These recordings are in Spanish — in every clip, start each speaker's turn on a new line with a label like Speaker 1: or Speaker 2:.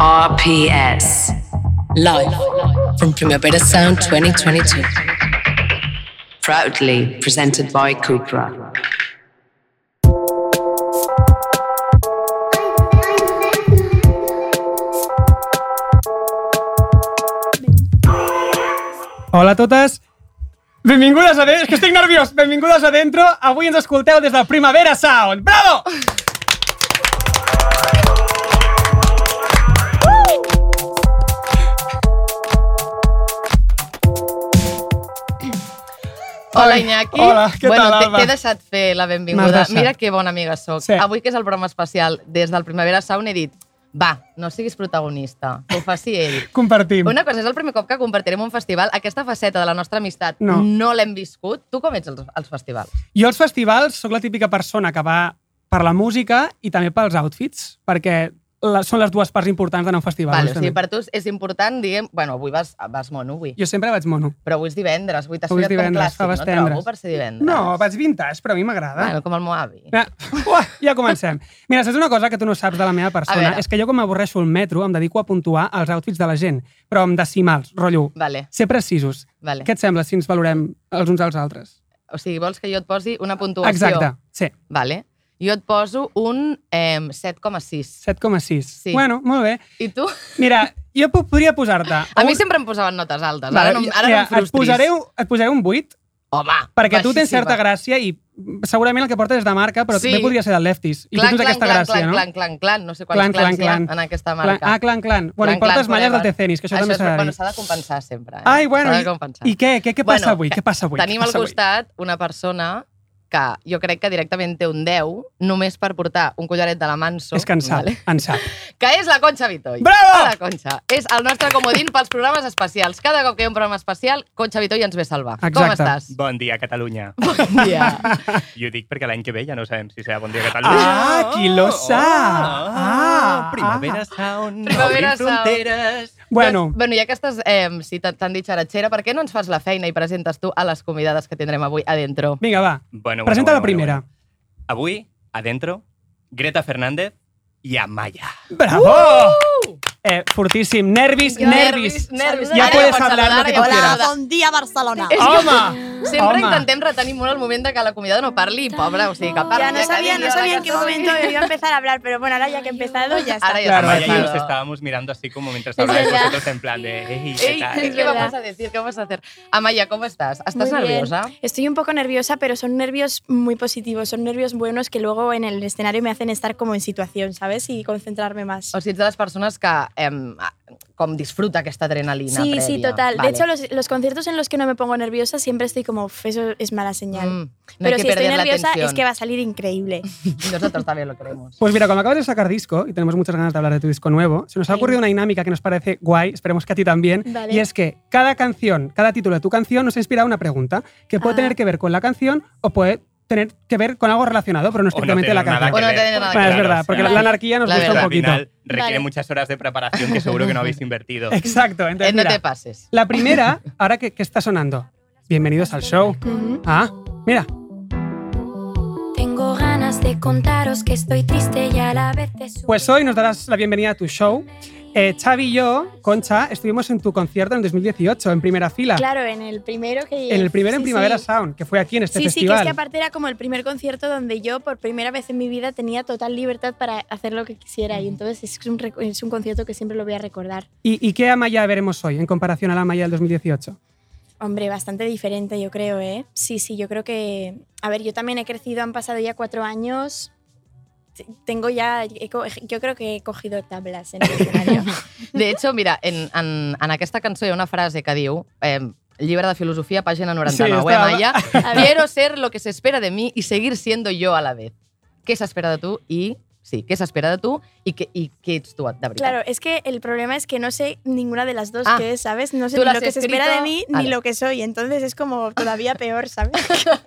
Speaker 1: RPS. Live from Primavera Sound 2022. Proudly presented by Cupra.
Speaker 2: Hola a totes. Benvingudes a dins... És que estic nerviós. Benvingudes a Dentro. Avui ens escolteu des de Primavera Sound. Bravo!
Speaker 3: Hola, Iñaki.
Speaker 2: Hola, què
Speaker 3: bueno,
Speaker 2: tal,
Speaker 3: t'he-
Speaker 2: Alba?
Speaker 3: T'he deixat fer la
Speaker 2: M'has
Speaker 3: benvinguda.
Speaker 2: deixat.
Speaker 3: Mira que bona amiga sóc.
Speaker 2: Sí.
Speaker 3: Avui, que és el programa especial des del Primavera Sound, he dit va, no siguis protagonista, que ho faci ell.
Speaker 2: Compartim.
Speaker 3: Una cosa, és el primer cop que compartirem un festival. Aquesta faceta de la nostra amistat
Speaker 2: No.
Speaker 3: no, no l'hem viscut. Tu com ets als, als festivals?
Speaker 2: Jo als festivals sóc la típica persona que va per la música i també pels outfits, perquè la, són les dues parts importants d'anar a un festival.
Speaker 3: Vale, o sigui,
Speaker 2: justament.
Speaker 3: per tu és important, diguem... Bueno, avui vas, vas mono, avui.
Speaker 2: Jo sempre vaig mono.
Speaker 3: Però avui és divendres, avui t'has
Speaker 2: Avui és
Speaker 3: ficat com
Speaker 2: divendres,
Speaker 3: clàssic,
Speaker 2: fa
Speaker 3: no
Speaker 2: vas tendres.
Speaker 3: trobo, per ser divendres.
Speaker 2: No, vaig vintage, però a mi m'agrada.
Speaker 3: Bueno, com el meu avi.
Speaker 2: Ja, uah, ja comencem. Mira, saps una cosa que tu no saps de la meva
Speaker 3: A
Speaker 2: persona?
Speaker 3: veure.
Speaker 2: És que jo, com m'avorreixo al metro, em dedico a puntuar els outfits de la gent, però amb decimals, rotllo.
Speaker 3: Vale,
Speaker 2: Ser precisos.
Speaker 3: vale.
Speaker 2: Què et sembla si ens valorem els uns als altres?
Speaker 3: O sigui, vols que jo et posi una puntuació?
Speaker 2: Exacte, sí,
Speaker 3: Vale. Jo et poso un eh, 7,6.
Speaker 2: 7,6.
Speaker 3: Sí.
Speaker 2: Bueno, molt bé.
Speaker 3: I tu?
Speaker 2: Mira, jo po- podria posar-te...
Speaker 3: A mi sempre em posaven notes altes. Ara no, em- ara no em
Speaker 2: et
Speaker 3: frustris.
Speaker 2: posaré, un- et posaré un 8,
Speaker 3: Home,
Speaker 2: perquè tu tens
Speaker 3: baixíssima.
Speaker 2: certa gràcia i segurament el que portes és de marca, però
Speaker 3: Sí.
Speaker 2: també podria ser del Lefties. I
Speaker 3: Clan,
Speaker 2: tu tens
Speaker 3: clan,
Speaker 2: aquesta
Speaker 3: clan,
Speaker 2: gràcia,
Speaker 3: clan,
Speaker 2: no?
Speaker 3: clan, clan, clan. No sé quants
Speaker 2: Clan,
Speaker 3: clans
Speaker 2: clan,
Speaker 3: hi ha
Speaker 2: clan.
Speaker 3: en aquesta
Speaker 2: Clan-
Speaker 3: marca.
Speaker 2: Ah, clan, clan. Bueno,
Speaker 3: Clan,
Speaker 2: i portes
Speaker 3: clan,
Speaker 2: malles del
Speaker 3: forever.
Speaker 2: Tecenis, que això, també
Speaker 3: és-
Speaker 2: s'ha de dir.
Speaker 3: Bueno, s'ha de compensar sempre. Eh?
Speaker 2: Ai, bueno,
Speaker 3: S'ha de
Speaker 2: i-
Speaker 3: compensar.
Speaker 2: I què, què, què passa
Speaker 3: Bueno,
Speaker 2: avui?
Speaker 3: que
Speaker 2: Què passa avui?
Speaker 3: Tenim
Speaker 2: Què
Speaker 3: al
Speaker 2: passa avui?
Speaker 3: costat una persona que jo crec que directament té un 10 només per portar un collaret de la Manso.
Speaker 2: És que en sap,
Speaker 3: vale?
Speaker 2: en sap.
Speaker 3: que és la Conxa Vitoll.
Speaker 2: Bravo!
Speaker 3: Hola, Conxa. És el nostre comodín pels programes especials. Cada cop que hi ha un programa especial, Conxa Vitoll ens ve a salvar. Com
Speaker 2: Exacte.
Speaker 3: estàs?
Speaker 4: Bon dia, Catalunya.
Speaker 3: Bon dia.
Speaker 4: I ho dic perquè l'any que ve ja no sabem si serà Bon dia, Catalunya.
Speaker 2: Ah, qui
Speaker 3: Oh.
Speaker 2: lo sap? Ah,
Speaker 4: Primavera Sound,
Speaker 3: Primavera
Speaker 4: Primavera
Speaker 3: Sound.
Speaker 4: fronteres.
Speaker 2: Bueno,
Speaker 3: Doncs, bueno, ja que estàs, eh, si t'han- t'han dit xaratxera, per què no ens fas la feina i presentes tu a les convidades que tindrem avui a dentro?
Speaker 2: vinga, va.
Speaker 4: Bueno,
Speaker 2: Presenta la primera.
Speaker 4: bueno. Avui, adentro, Greta Fernández i Amaya.
Speaker 2: Bravo! Eh, fortíssim. Nervis, nervis.
Speaker 3: nervis.
Speaker 2: Ja
Speaker 3: Ara
Speaker 2: puedes
Speaker 3: pots
Speaker 2: hablar
Speaker 3: saludar,
Speaker 2: lo que
Speaker 3: ja
Speaker 2: tú
Speaker 3: pots
Speaker 2: quieras.
Speaker 5: Hola,
Speaker 3: saludar.
Speaker 5: bon dia, Barcelona.
Speaker 3: És que
Speaker 2: Home!
Speaker 3: doncs, Sempre
Speaker 2: Home.
Speaker 3: intentem retenir molt el moment de que la convidada no parli, pobra, o sigui, que parli.
Speaker 5: Ya no
Speaker 3: que
Speaker 5: sabía,
Speaker 3: digui,
Speaker 5: no sabía
Speaker 3: hola,
Speaker 5: en
Speaker 3: que
Speaker 5: qué
Speaker 3: soy.
Speaker 5: momento iba a empezar a hablar, pero bueno, ahora ya que he empezado, ya está.
Speaker 3: Ahora ya
Speaker 2: Claro,
Speaker 4: Amaya y
Speaker 3: claro.
Speaker 4: nos estábamos mirando así como mientras habláis
Speaker 5: verdad.
Speaker 4: vosotros en plan de... "Ey, ¿qué
Speaker 3: Ey,
Speaker 4: tal?".
Speaker 3: ¿qué vamos a decir? ¿Qué vamos a hacer? Amaya, ¿cómo estás? ¿Estás
Speaker 5: Muy bien.
Speaker 3: nerviosa?
Speaker 5: Estoy un poco nerviosa, pero son nervios muy positivos, son nervios buenos que luego en el escenario me hacen estar como en situación, ¿sabes? Y concentrarme más.
Speaker 3: O sigui, ets de les persones que em, com disfruta aquesta adrenalina
Speaker 5: Sí,
Speaker 3: prèvia.
Speaker 5: sí, total.
Speaker 3: Vale.
Speaker 5: De hecho, los, los conciertos en los que no me pongo nerviosa siempre estoy como, "Uf, eso es mala señal.
Speaker 3: Mm, no hay
Speaker 5: pero
Speaker 3: que
Speaker 5: si estoy
Speaker 3: perder la
Speaker 5: nerviosa
Speaker 3: tensión.
Speaker 5: es que va a salir increíble.
Speaker 3: Nosotros también lo queremos.
Speaker 2: Pues mira, como acabas de sacar disco, y tenemos muchas ganas de hablar de tu disco nuevo, se nos ha
Speaker 5: Ay.
Speaker 2: ocurrido una dinámica que nos parece guay, esperemos que a ti también,
Speaker 5: Vale.
Speaker 2: y es que cada canción, cada título de tu canción nos ha inspirado una pregunta que puede
Speaker 5: Ah.
Speaker 2: tener que ver con la canción o puede tener que ver con algo relacionado, pero no
Speaker 4: O no
Speaker 2: estrictamente la
Speaker 4: tener nada
Speaker 2: canción.
Speaker 3: O no
Speaker 4: que ver,
Speaker 3: tener nada
Speaker 4: porque
Speaker 2: Bueno, es
Speaker 3: que ver.
Speaker 4: claro,
Speaker 2: verdad,
Speaker 4: o
Speaker 2: porque
Speaker 4: sea,
Speaker 2: la, la anarquía nos
Speaker 3: La
Speaker 2: gusta
Speaker 3: verdad.
Speaker 2: un
Speaker 4: al
Speaker 2: poquito.
Speaker 4: final requiere
Speaker 5: Vale.
Speaker 4: muchas horas de preparación que seguro que no habéis invertido.
Speaker 2: Exacto,
Speaker 3: Eh,
Speaker 2: entonces
Speaker 3: no
Speaker 2: mira,
Speaker 3: te pases.
Speaker 2: la primera, ahora que, que está sonando, bienvenidos al show.
Speaker 5: Ujú.
Speaker 2: Ah, mira,
Speaker 6: Tengo ganas de contaros que estoy triste y a la vez te subo.
Speaker 2: pues hoy nos darás la bienvenida a tu show. Eh, Xavi y yo, Concha, estuvimos en tu concierto en el 2018, en primera fila.
Speaker 5: Claro, en el primero que...
Speaker 2: En el primero en
Speaker 5: Sí, sí.
Speaker 2: Primavera Sound, que fue aquí en este
Speaker 5: Sí, sí, que
Speaker 2: festival.
Speaker 5: es que aparte era como el primer concierto donde yo por primera vez en mi vida tenía total libertad para hacer lo que quisiera y entonces es un, rec- es un concierto que siempre lo voy a recordar.
Speaker 2: ¿Y, y qué Amaya veremos hoy en comparación a la Amaya del 2018?
Speaker 5: Hombre, bastante diferente yo creo, ¿eh? Sí, sí, yo creo que... A ver, yo también he crecido, han pasado ya cuatro años, t- tengo ya... he co- Yo creo que he cogido tablas en el escenario.
Speaker 3: De hecho, mira, en, en, en aquesta cançó hi ha una frase que diu... Eh, llibre de filosofia, pàgina 99,
Speaker 2: Sí,
Speaker 3: sí, eh,
Speaker 2: estava-
Speaker 3: Maia?
Speaker 5: A ver,
Speaker 3: Quiero ser lo que se espera de mí y seguir siendo yo a la vez. Què s'espera de tu i... Sí, què s'espera de tu i, que, i què ets tu, de veritat.
Speaker 5: claro, es que el problema es que no sé ninguna de las dos
Speaker 3: Ah,
Speaker 5: que es, ¿sabes? No sé
Speaker 3: tú
Speaker 5: ni
Speaker 3: las
Speaker 5: lo que
Speaker 3: has
Speaker 5: se espera de
Speaker 3: escrito-
Speaker 5: mí
Speaker 3: Vale.
Speaker 5: ni lo que soy, entonces es como todavía peor, ¿sabes?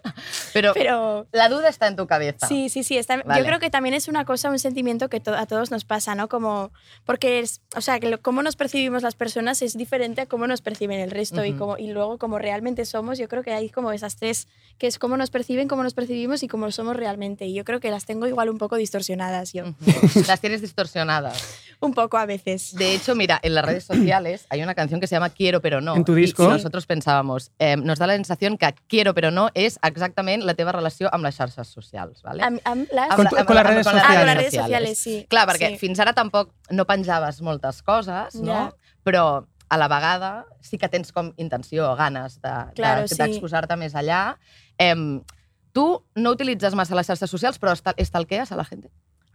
Speaker 3: Però, Però
Speaker 5: Pero...
Speaker 3: la duda està en tu cabeza.
Speaker 5: Sí, sí, sí. está-
Speaker 3: Vale.
Speaker 5: Yo creo que también es una cosa, un sentimiento que to- a todos nos pasa, ¿no? Como, porque es, o sea, que lo- cómo nos percibimos las personas es diferente a cómo nos perciben el resto y,
Speaker 3: Ujú.
Speaker 5: como, y luego cómo realmente somos. Yo creo que hay como esas tres, que es cómo nos perciben, cómo nos percibimos y cómo somos realmente. Y yo creo que las tengo igual un poco distorsionadas. menos
Speaker 3: Mm.
Speaker 5: yo.
Speaker 3: Ujú. Las tienes distorsionadas.
Speaker 5: Un poco a veces.
Speaker 3: De hecho, mira, en las redes sociales hay una canción que se llama Quiero pero no.
Speaker 2: En tu
Speaker 3: I
Speaker 2: disco.
Speaker 3: nosotros pensábamos, eh, nos da la sensación que Quiero però no és exactament la teva relació amb les xarxes socials. Vale?
Speaker 5: Am- am- las-
Speaker 2: Con tu- con las redes
Speaker 5: ah, con
Speaker 2: sociales.
Speaker 5: las redes sociales, sí.
Speaker 3: Clar, perquè
Speaker 5: sí.
Speaker 3: fins ara tampoc no penjaves moltes coses, no?
Speaker 5: Ja.
Speaker 3: Però a la vegada sí que tens com intenció o ganes d'exposar-te de,
Speaker 5: Claro,
Speaker 3: de,
Speaker 5: sí.
Speaker 3: d'exposar-te més allà. Em, tu no utilitzes massa les xarxes socials, però estal estalqueas a la gent.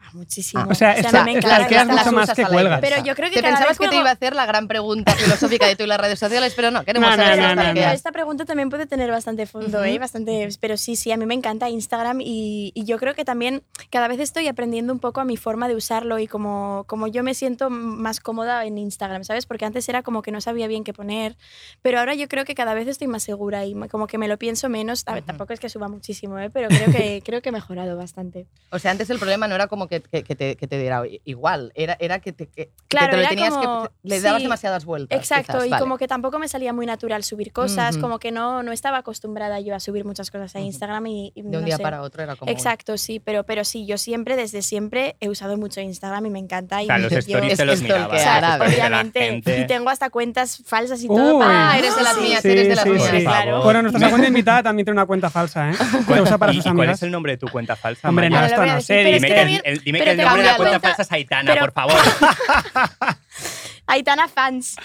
Speaker 5: Ah, muchísimo.
Speaker 3: Ah.
Speaker 2: O sea,
Speaker 5: a mí
Speaker 2: esta-
Speaker 5: me
Speaker 2: es
Speaker 5: encanta,
Speaker 2: la que has
Speaker 5: está-
Speaker 2: mucho más
Speaker 3: usas
Speaker 2: que
Speaker 3: a la
Speaker 2: cuelgas.
Speaker 3: inversa.
Speaker 5: Pero yo creo que
Speaker 3: Te
Speaker 5: cada
Speaker 3: pensabas
Speaker 5: vez
Speaker 3: que te
Speaker 5: cuelgo-
Speaker 3: iba a hacer la gran pregunta filosófica de tú y las redes sociales, pero Ah, no, queremos
Speaker 2: No, no,
Speaker 3: saber si
Speaker 5: Pero,
Speaker 2: no, no,
Speaker 5: pero
Speaker 3: stalkeas.
Speaker 5: esta pregunta también puede tener bastante fondo,
Speaker 3: Ujú.
Speaker 5: ¿eh? Bastante, pero sí, sí, a mí me encanta Instagram y, y yo creo que también cada vez estoy aprendiendo un poco a mi forma de usarlo y como, como yo me siento más cómoda en Instagram, ¿sabes? Porque antes era como que no sabía bien qué poner, pero ahora yo creo que cada vez estoy más segura y me- como que me lo pienso menos. A ver,
Speaker 3: Ujú.
Speaker 5: tampoco es que suba muchísimo, ¿eh? Pero creo que, creo que he mejorado bastante.
Speaker 3: O sea, antes el problema no era como que, que, que te, que te diera igual, era, era que te, que, que
Speaker 5: Claro,
Speaker 3: te lo
Speaker 5: era
Speaker 3: tenías
Speaker 5: como-
Speaker 3: que... Le dabas
Speaker 5: sí.
Speaker 3: demasiadas vueltas.
Speaker 5: Exacto,
Speaker 3: quizás,
Speaker 5: y
Speaker 3: vale.
Speaker 5: como que tampoco me salía muy natural subir cosas,
Speaker 3: Ujú.
Speaker 5: como que no, no estaba acostumbrada yo a subir muchas cosas a
Speaker 3: Ujú.
Speaker 5: Instagram y, y
Speaker 3: De un
Speaker 5: no
Speaker 3: día
Speaker 5: sé.
Speaker 3: para otro era como... un-
Speaker 5: Exacto, sí, pero, pero sí, yo siempre, desde siempre, he usado mucho Instagram y me encanta. Y
Speaker 4: O sea, los
Speaker 5: yo-
Speaker 4: stories
Speaker 3: Es
Speaker 4: te los
Speaker 3: que
Speaker 4: mirabas. los
Speaker 3: stalkear, a ver.
Speaker 4: stories de la
Speaker 5: obviamente, y
Speaker 4: gente.
Speaker 5: tengo hasta cuentas falsas y
Speaker 2: Uy.
Speaker 5: todo. para-
Speaker 3: Ah, eres de las
Speaker 5: Sí.
Speaker 3: mías, eres de las mías.
Speaker 4: Por favor.
Speaker 2: Bueno, nuestra segunda invitada también tiene una cuenta falsa, ¿eh? Que usa para
Speaker 4: ¿Y, y
Speaker 2: sus
Speaker 4: cuál
Speaker 2: amigas.
Speaker 4: es el nombre de tu cuenta falsa,
Speaker 2: Hombre, no,
Speaker 4: Maya?
Speaker 5: Ahora lo
Speaker 2: esto
Speaker 5: voy a
Speaker 2: no sé.
Speaker 5: decir, pero
Speaker 2: dime
Speaker 5: es
Speaker 4: Dime
Speaker 5: que
Speaker 4: que,
Speaker 5: también-
Speaker 4: el, dime que
Speaker 5: pero
Speaker 4: el nombre de la
Speaker 5: también
Speaker 4: cuenta
Speaker 5: cuenta-
Speaker 4: falsa es Aitana, por
Speaker 5: pero-
Speaker 4: favor.
Speaker 5: Aitana fans.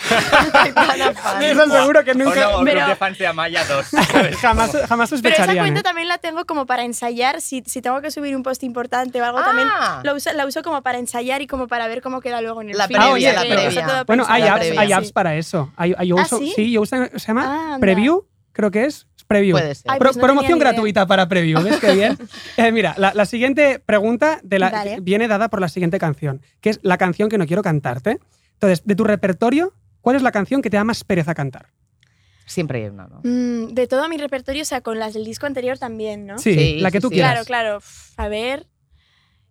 Speaker 3: Aitana fan.
Speaker 2: Eso seguro que
Speaker 4: O no,
Speaker 2: nunca...
Speaker 4: o
Speaker 5: pero-
Speaker 4: grup de fans de Amaya 2. ¿sabes?
Speaker 2: Jamás, jamás
Speaker 4: Como-
Speaker 5: Pero esa
Speaker 2: sospecharían,
Speaker 5: cuenta
Speaker 2: ¿eh?
Speaker 5: también la tengo como para ensayar. Si, si tengo que subir un post importante o algo,
Speaker 3: Ah.
Speaker 5: también lo uso, la uso como para ensayar y como para ver cómo queda luego en el
Speaker 3: La
Speaker 5: feed.
Speaker 2: previa, Ah, oye, la
Speaker 5: Sí, lo uso
Speaker 2: previa.
Speaker 5: todo
Speaker 2: Bueno,
Speaker 5: pensado
Speaker 2: hay
Speaker 5: en la
Speaker 2: apps,
Speaker 5: previa,
Speaker 2: hay
Speaker 5: sí.
Speaker 2: apps para eso. Hay- hay- yo
Speaker 5: ¿Ah,
Speaker 2: uso-
Speaker 5: sí?
Speaker 2: yo uso... Se llama
Speaker 5: Ah, anda.
Speaker 2: Preview, creo que es. Es Preview.
Speaker 3: Puede ser.
Speaker 5: Ay,
Speaker 2: Pro-
Speaker 5: pues no
Speaker 2: promoción
Speaker 5: tenía ni idea.
Speaker 2: gratuita para preview, ¿ves qué bien? Eh, mira, la, la siguiente pregunta de la,
Speaker 5: Vale.
Speaker 2: viene dada por la siguiente canción, que es la canción que no quiero cantarte. Entonces, de tu repertorio, ¿cuál es la canción que te da más pereza cantar?
Speaker 3: Siempre hay una, ¿no?
Speaker 5: Mm, de todo mi repertorio, o sea, con las del disco anterior también, ¿no?
Speaker 2: Sí,
Speaker 3: Sí,
Speaker 2: la que
Speaker 3: sí,
Speaker 2: tú
Speaker 3: sí.
Speaker 2: quieras.
Speaker 5: Claro, claro. Uf, A ver.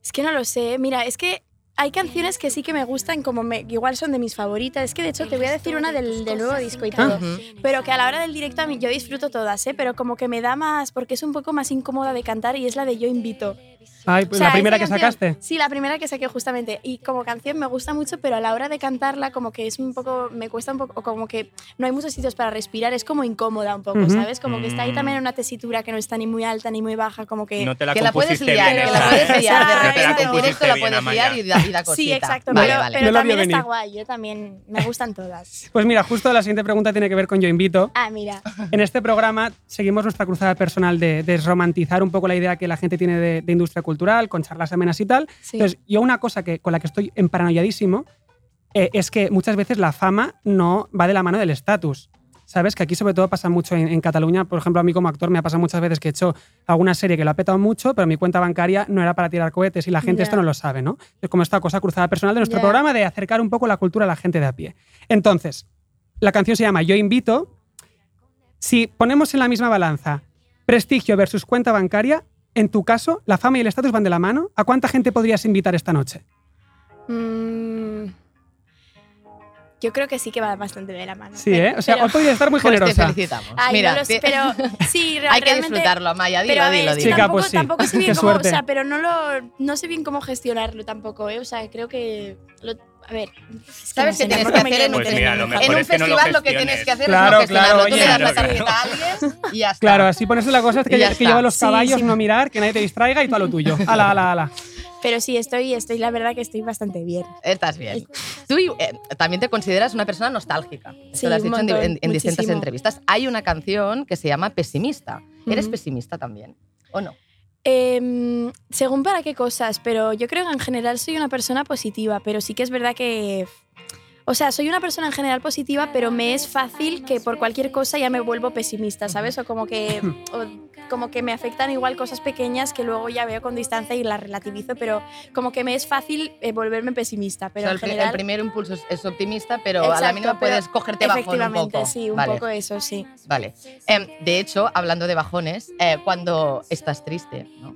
Speaker 5: Es que no lo sé. Mira, es que hay canciones que sí que me gustan, como me- igual son de mis favoritas. Es que de hecho te voy a decir una del, del nuevo disco y todo.
Speaker 3: Ujú.
Speaker 5: Pero que a la hora del directo a mí, yo disfruto todas, ¿eh? Pero como que me da más, porque es un poco más incómoda de cantar y es la de Yo Invito.
Speaker 2: Ay, pues
Speaker 5: O sea,
Speaker 2: la primera que
Speaker 5: esa canción-
Speaker 2: sacaste.
Speaker 5: Sí, la primera que saqué justamente. Y como canción me gusta mucho, pero a la hora de cantarla como que es un poco, me cuesta un poco, o como que no hay muchos sitios para respirar, es como incómoda un poco,
Speaker 2: Ujú.
Speaker 5: ¿sabes? Como que está ahí
Speaker 4: Mm.
Speaker 5: también en una tesitura que no está ni muy alta ni muy baja, como que...
Speaker 4: No te la
Speaker 3: que la puedes
Speaker 4: compusiste bien.
Speaker 3: liar, que la
Speaker 4: esa,
Speaker 5: esa,
Speaker 3: puedes
Speaker 4: ¿eh?
Speaker 3: liar. De
Speaker 5: esa, esa.
Speaker 3: repente en directo la
Speaker 4: Compusiste bien,
Speaker 3: puedes liar y
Speaker 4: Amaya.
Speaker 3: da, y da cosita.
Speaker 5: Sí, exacto,
Speaker 3: Vale,
Speaker 5: pero,
Speaker 3: vale.
Speaker 5: pero
Speaker 2: Yo la vi
Speaker 5: también está
Speaker 2: venir.
Speaker 5: guay, yo también, me gustan todas.
Speaker 2: Pues mira, justo la siguiente pregunta tiene que ver con Yo Invito.
Speaker 5: Ah, mira,
Speaker 2: En este programa seguimos nuestra cruzada personal de desromantizar un poco la idea que la gente tiene de, de industria cultural, con charlas amenas y tal.
Speaker 5: Sí.
Speaker 2: Entonces, yo una cosa que, con la que estoy emparanoiadísimo eh, es que muchas veces la fama no va de la mano del estatus. Sabes que aquí sobre todo pasa mucho en, en Cataluña. Por ejemplo, a mí como actor me ha pasado muchas veces que he hecho alguna serie que lo ha petado mucho, pero mi cuenta bancaria no era para tirar cohetes y la gente
Speaker 5: Ya.
Speaker 2: esto no lo sabe, ¿no? Es como esta cosa cruzada personal de nuestro
Speaker 5: Ya.
Speaker 2: programa de acercar un poco la cultura a la gente de a pie. Entonces, la canción se llama Yo invito. Si ponemos en la misma balanza prestigio versus cuenta bancaria, en tu caso, la fama y el estatus van de la mano. ¿A cuánta gente podrías invitar esta noche?
Speaker 5: Mm, yo creo que sí que va bastante de la mano.
Speaker 2: Sí, ¿eh? O sea,
Speaker 5: Pero-
Speaker 2: hoy podría estar muy
Speaker 3: Pues te
Speaker 2: generosa.
Speaker 3: felicitamos.
Speaker 5: Ay,
Speaker 3: Mira,
Speaker 5: no lo
Speaker 3: te-
Speaker 5: sé, pero sí, re-
Speaker 3: hay que
Speaker 5: realmente-
Speaker 3: disfrutarlo, Amaya. Dilo,
Speaker 5: Pero a ver,
Speaker 3: dilo,
Speaker 5: es que
Speaker 3: dilo.
Speaker 2: Chica,
Speaker 5: tampoco,
Speaker 2: pues sí.
Speaker 5: tampoco sé bien
Speaker 2: Qué
Speaker 5: cómo,
Speaker 2: suerte.
Speaker 5: o sea, pero no lo, no sé bien cómo gestionarlo tampoco, ¿eh? O sea, creo que, lo- a ver, es
Speaker 3: ¿Sabes
Speaker 5: no
Speaker 3: qué
Speaker 5: sé,
Speaker 3: tienes
Speaker 5: tampoco
Speaker 3: que
Speaker 5: me
Speaker 3: hacer
Speaker 5: quiero
Speaker 3: en un,
Speaker 4: Pues
Speaker 5: meter
Speaker 4: mira, lo
Speaker 5: el
Speaker 4: mejor
Speaker 3: en un
Speaker 4: es que no lo
Speaker 3: festival? lo que tienes
Speaker 4: gestiones.
Speaker 3: que hacer
Speaker 2: Claro,
Speaker 3: es no gestionarlo.
Speaker 2: claro,
Speaker 3: Tú
Speaker 2: oye,
Speaker 3: le das la
Speaker 4: claro que no.
Speaker 3: tarjeta a alguien y ya está.
Speaker 2: Claro, así pones la cosa es que,
Speaker 3: Ya
Speaker 2: es que
Speaker 3: está.
Speaker 2: lleva los
Speaker 5: Sí,
Speaker 2: caballos,
Speaker 5: sí.
Speaker 2: no mirar, que nadie te distraiga y tú a lo tuyo. Ala, ala, ala.
Speaker 5: Pero sí, estoy, estoy, la verdad que estoy bastante bien.
Speaker 3: Estás bien. Tú eh, también te consideras una persona nostálgica.
Speaker 5: Sí,
Speaker 3: Eso lo has
Speaker 5: un
Speaker 3: dicho en, di-
Speaker 5: montón,
Speaker 3: en- en distintas
Speaker 5: muchísimo.
Speaker 3: entrevistas. Hay una canción que se llama Pesimista. ¿Eres
Speaker 5: Ujú.
Speaker 3: pesimista también? ¿O no?
Speaker 5: Em, según para qué cosas, pero yo creo que en general soy una persona positiva, pero sí que es verdad que... O sea, soy una persona en general positiva, pero me es fácil que por cualquier cosa ya me vuelvo pesimista, ¿sabes? O como que, o como que me afectan igual cosas pequeñas que luego ya veo con distancia y las relativizo, pero como que me es fácil eh, volverme pesimista.
Speaker 3: O sea,
Speaker 5: Pero en
Speaker 3: el, pri- el
Speaker 5: general,
Speaker 3: primer impulso es, es optimista, pero a la
Speaker 5: Exacto,
Speaker 3: mínima
Speaker 5: pero
Speaker 3: puedes cogerte bajón un
Speaker 5: efectivamente,
Speaker 3: poco.
Speaker 5: sí, un
Speaker 3: Vale.
Speaker 5: poco eso, sí.
Speaker 3: Vale. Em, de hecho, hablando de bajones, eh, cuando estás triste, ¿no?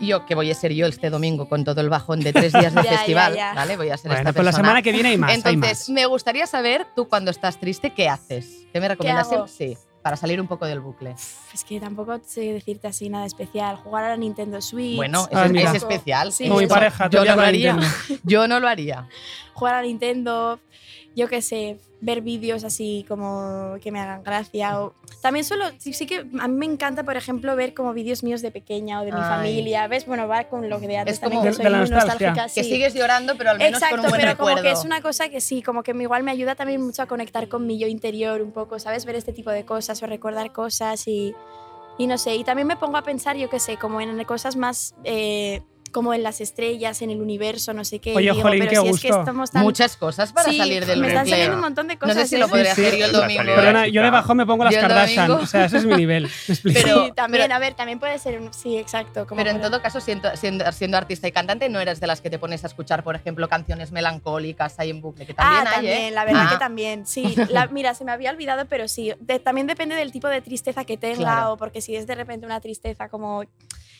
Speaker 3: yo que voy a ser yo este domingo con todo el bajón de tres días de
Speaker 5: Ya, ya,
Speaker 3: festival,
Speaker 5: ya.
Speaker 3: ¿vale? Voy a ser
Speaker 2: Bueno,
Speaker 3: esta
Speaker 2: pues la
Speaker 3: persona.
Speaker 2: semana que viene hay más. hay
Speaker 3: Entonces,
Speaker 2: más.
Speaker 3: me gustaría saber, tú cuando estás triste, ¿qué haces? ¿Qué me recomiendas
Speaker 5: hago?
Speaker 3: siempre? Sí, para salir un poco del bucle.
Speaker 5: Uf, Es que tampoco sé decirte así nada especial. Jugar a la Nintendo Switch.
Speaker 3: Bueno,
Speaker 2: Ah,
Speaker 3: es,
Speaker 2: mira.
Speaker 3: es especial.
Speaker 5: Sí.
Speaker 3: es-
Speaker 2: Como mi
Speaker 5: eso.
Speaker 2: pareja,
Speaker 3: yo
Speaker 2: te
Speaker 3: no lo
Speaker 2: llama
Speaker 3: haría.
Speaker 2: Nintendo.
Speaker 3: Yo no lo haría.
Speaker 5: Jugar a la Nintendo, yo qué sé, ver vídeos así como que me hagan gracia. O... También solo, sí, sí que a mí me encanta, por ejemplo, ver como vídeos míos de pequeña o de mi
Speaker 3: Ay.
Speaker 5: familia. ¿Ves? Bueno, va con lo que de antes
Speaker 3: Es como-
Speaker 5: también, que
Speaker 2: De-
Speaker 5: soy
Speaker 2: de la
Speaker 5: muy
Speaker 2: nostalgia.
Speaker 5: nostálgica,
Speaker 3: Que
Speaker 5: sí.
Speaker 3: sigues llorando, pero al menos
Speaker 5: Exacto,
Speaker 3: con un buen
Speaker 5: pero
Speaker 3: recuerdo.
Speaker 5: como que es una cosa que sí, como que me- igual me ayuda también mucho a conectar con mi yo interior un poco, ¿sabes? Ver este tipo de cosas o recordar cosas y, y no sé. Y también me pongo a pensar, yo qué sé, como en cosas más eh, como en las estrellas, en el universo, no sé qué. y
Speaker 2: Oye,
Speaker 5: digo,
Speaker 2: jolín,
Speaker 5: pero
Speaker 2: qué
Speaker 5: si es que
Speaker 2: gusto.
Speaker 5: estamos tan...
Speaker 3: Muchas cosas para
Speaker 5: Sí,
Speaker 3: salir del
Speaker 5: me están
Speaker 3: bucle.
Speaker 5: saliendo un moón de
Speaker 3: No
Speaker 5: cosas.
Speaker 3: sé si
Speaker 5: ¿eh?
Speaker 3: lo podría
Speaker 2: Sí,
Speaker 3: hacer yo el
Speaker 4: la
Speaker 3: domingo.
Speaker 4: salida.
Speaker 2: Perdona, yo debajo me pongo las
Speaker 3: Yo el
Speaker 2: Kardashian.
Speaker 3: domingo-
Speaker 2: O sea, ese es mi nivel. Me explico.
Speaker 3: Pero-
Speaker 5: sí, también,
Speaker 3: pero-
Speaker 5: a ver, también puede ser, un- sí, exacto. Como
Speaker 3: Pero en
Speaker 5: para-
Speaker 3: todo caso, siento- siendo, siendo artista y cantante, no eres de las que te pones a escuchar, por ejemplo, canciones melancólicas ahí en bucle, que también
Speaker 5: ah,
Speaker 3: hay,
Speaker 5: también,
Speaker 3: ¿eh?
Speaker 5: la verdad
Speaker 3: Ah,
Speaker 5: que también, sí. La- mira, se me había olvidado, pero sí. De- también depende del tipo de tristeza que tenga
Speaker 3: Claro.
Speaker 5: o porque si es de repente una tristeza como,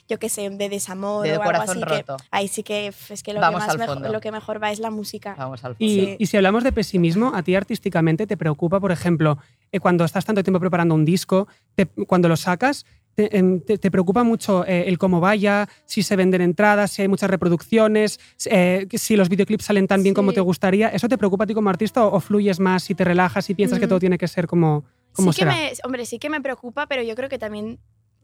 Speaker 5: yo qué sé, de desamor
Speaker 3: De
Speaker 5: o algo
Speaker 3: corazón
Speaker 5: así,
Speaker 3: roto.
Speaker 5: que ahí sí que f- es que lo,
Speaker 3: Vamos
Speaker 5: que, más
Speaker 3: al
Speaker 5: mejo-
Speaker 3: fondo.
Speaker 5: lo que mejor va es la música.
Speaker 3: Vamos al
Speaker 2: Y,
Speaker 5: Sí.
Speaker 2: y si hablamos de pesimismo, ¿a ti artísticamente te preocupa, por ejemplo, eh, cuando estás tanto tiempo preparando un disco, te- cuando lo sacas, te, em, te- te preocupa mucho eh, el cómo vaya, si se venden entradas, si hay muchas reproducciones, si- eh, que si los videoclips salen tan bien como
Speaker 5: Sí.
Speaker 2: te gustaría? ¿Eso te preocupa a ti como artista o, o fluyes más y te relajas y piensas que
Speaker 5: Mm.
Speaker 2: todo tiene que ser como, como
Speaker 5: sí
Speaker 2: será?
Speaker 5: Que me, hombre, sí que me preocupa, pero yo creo que también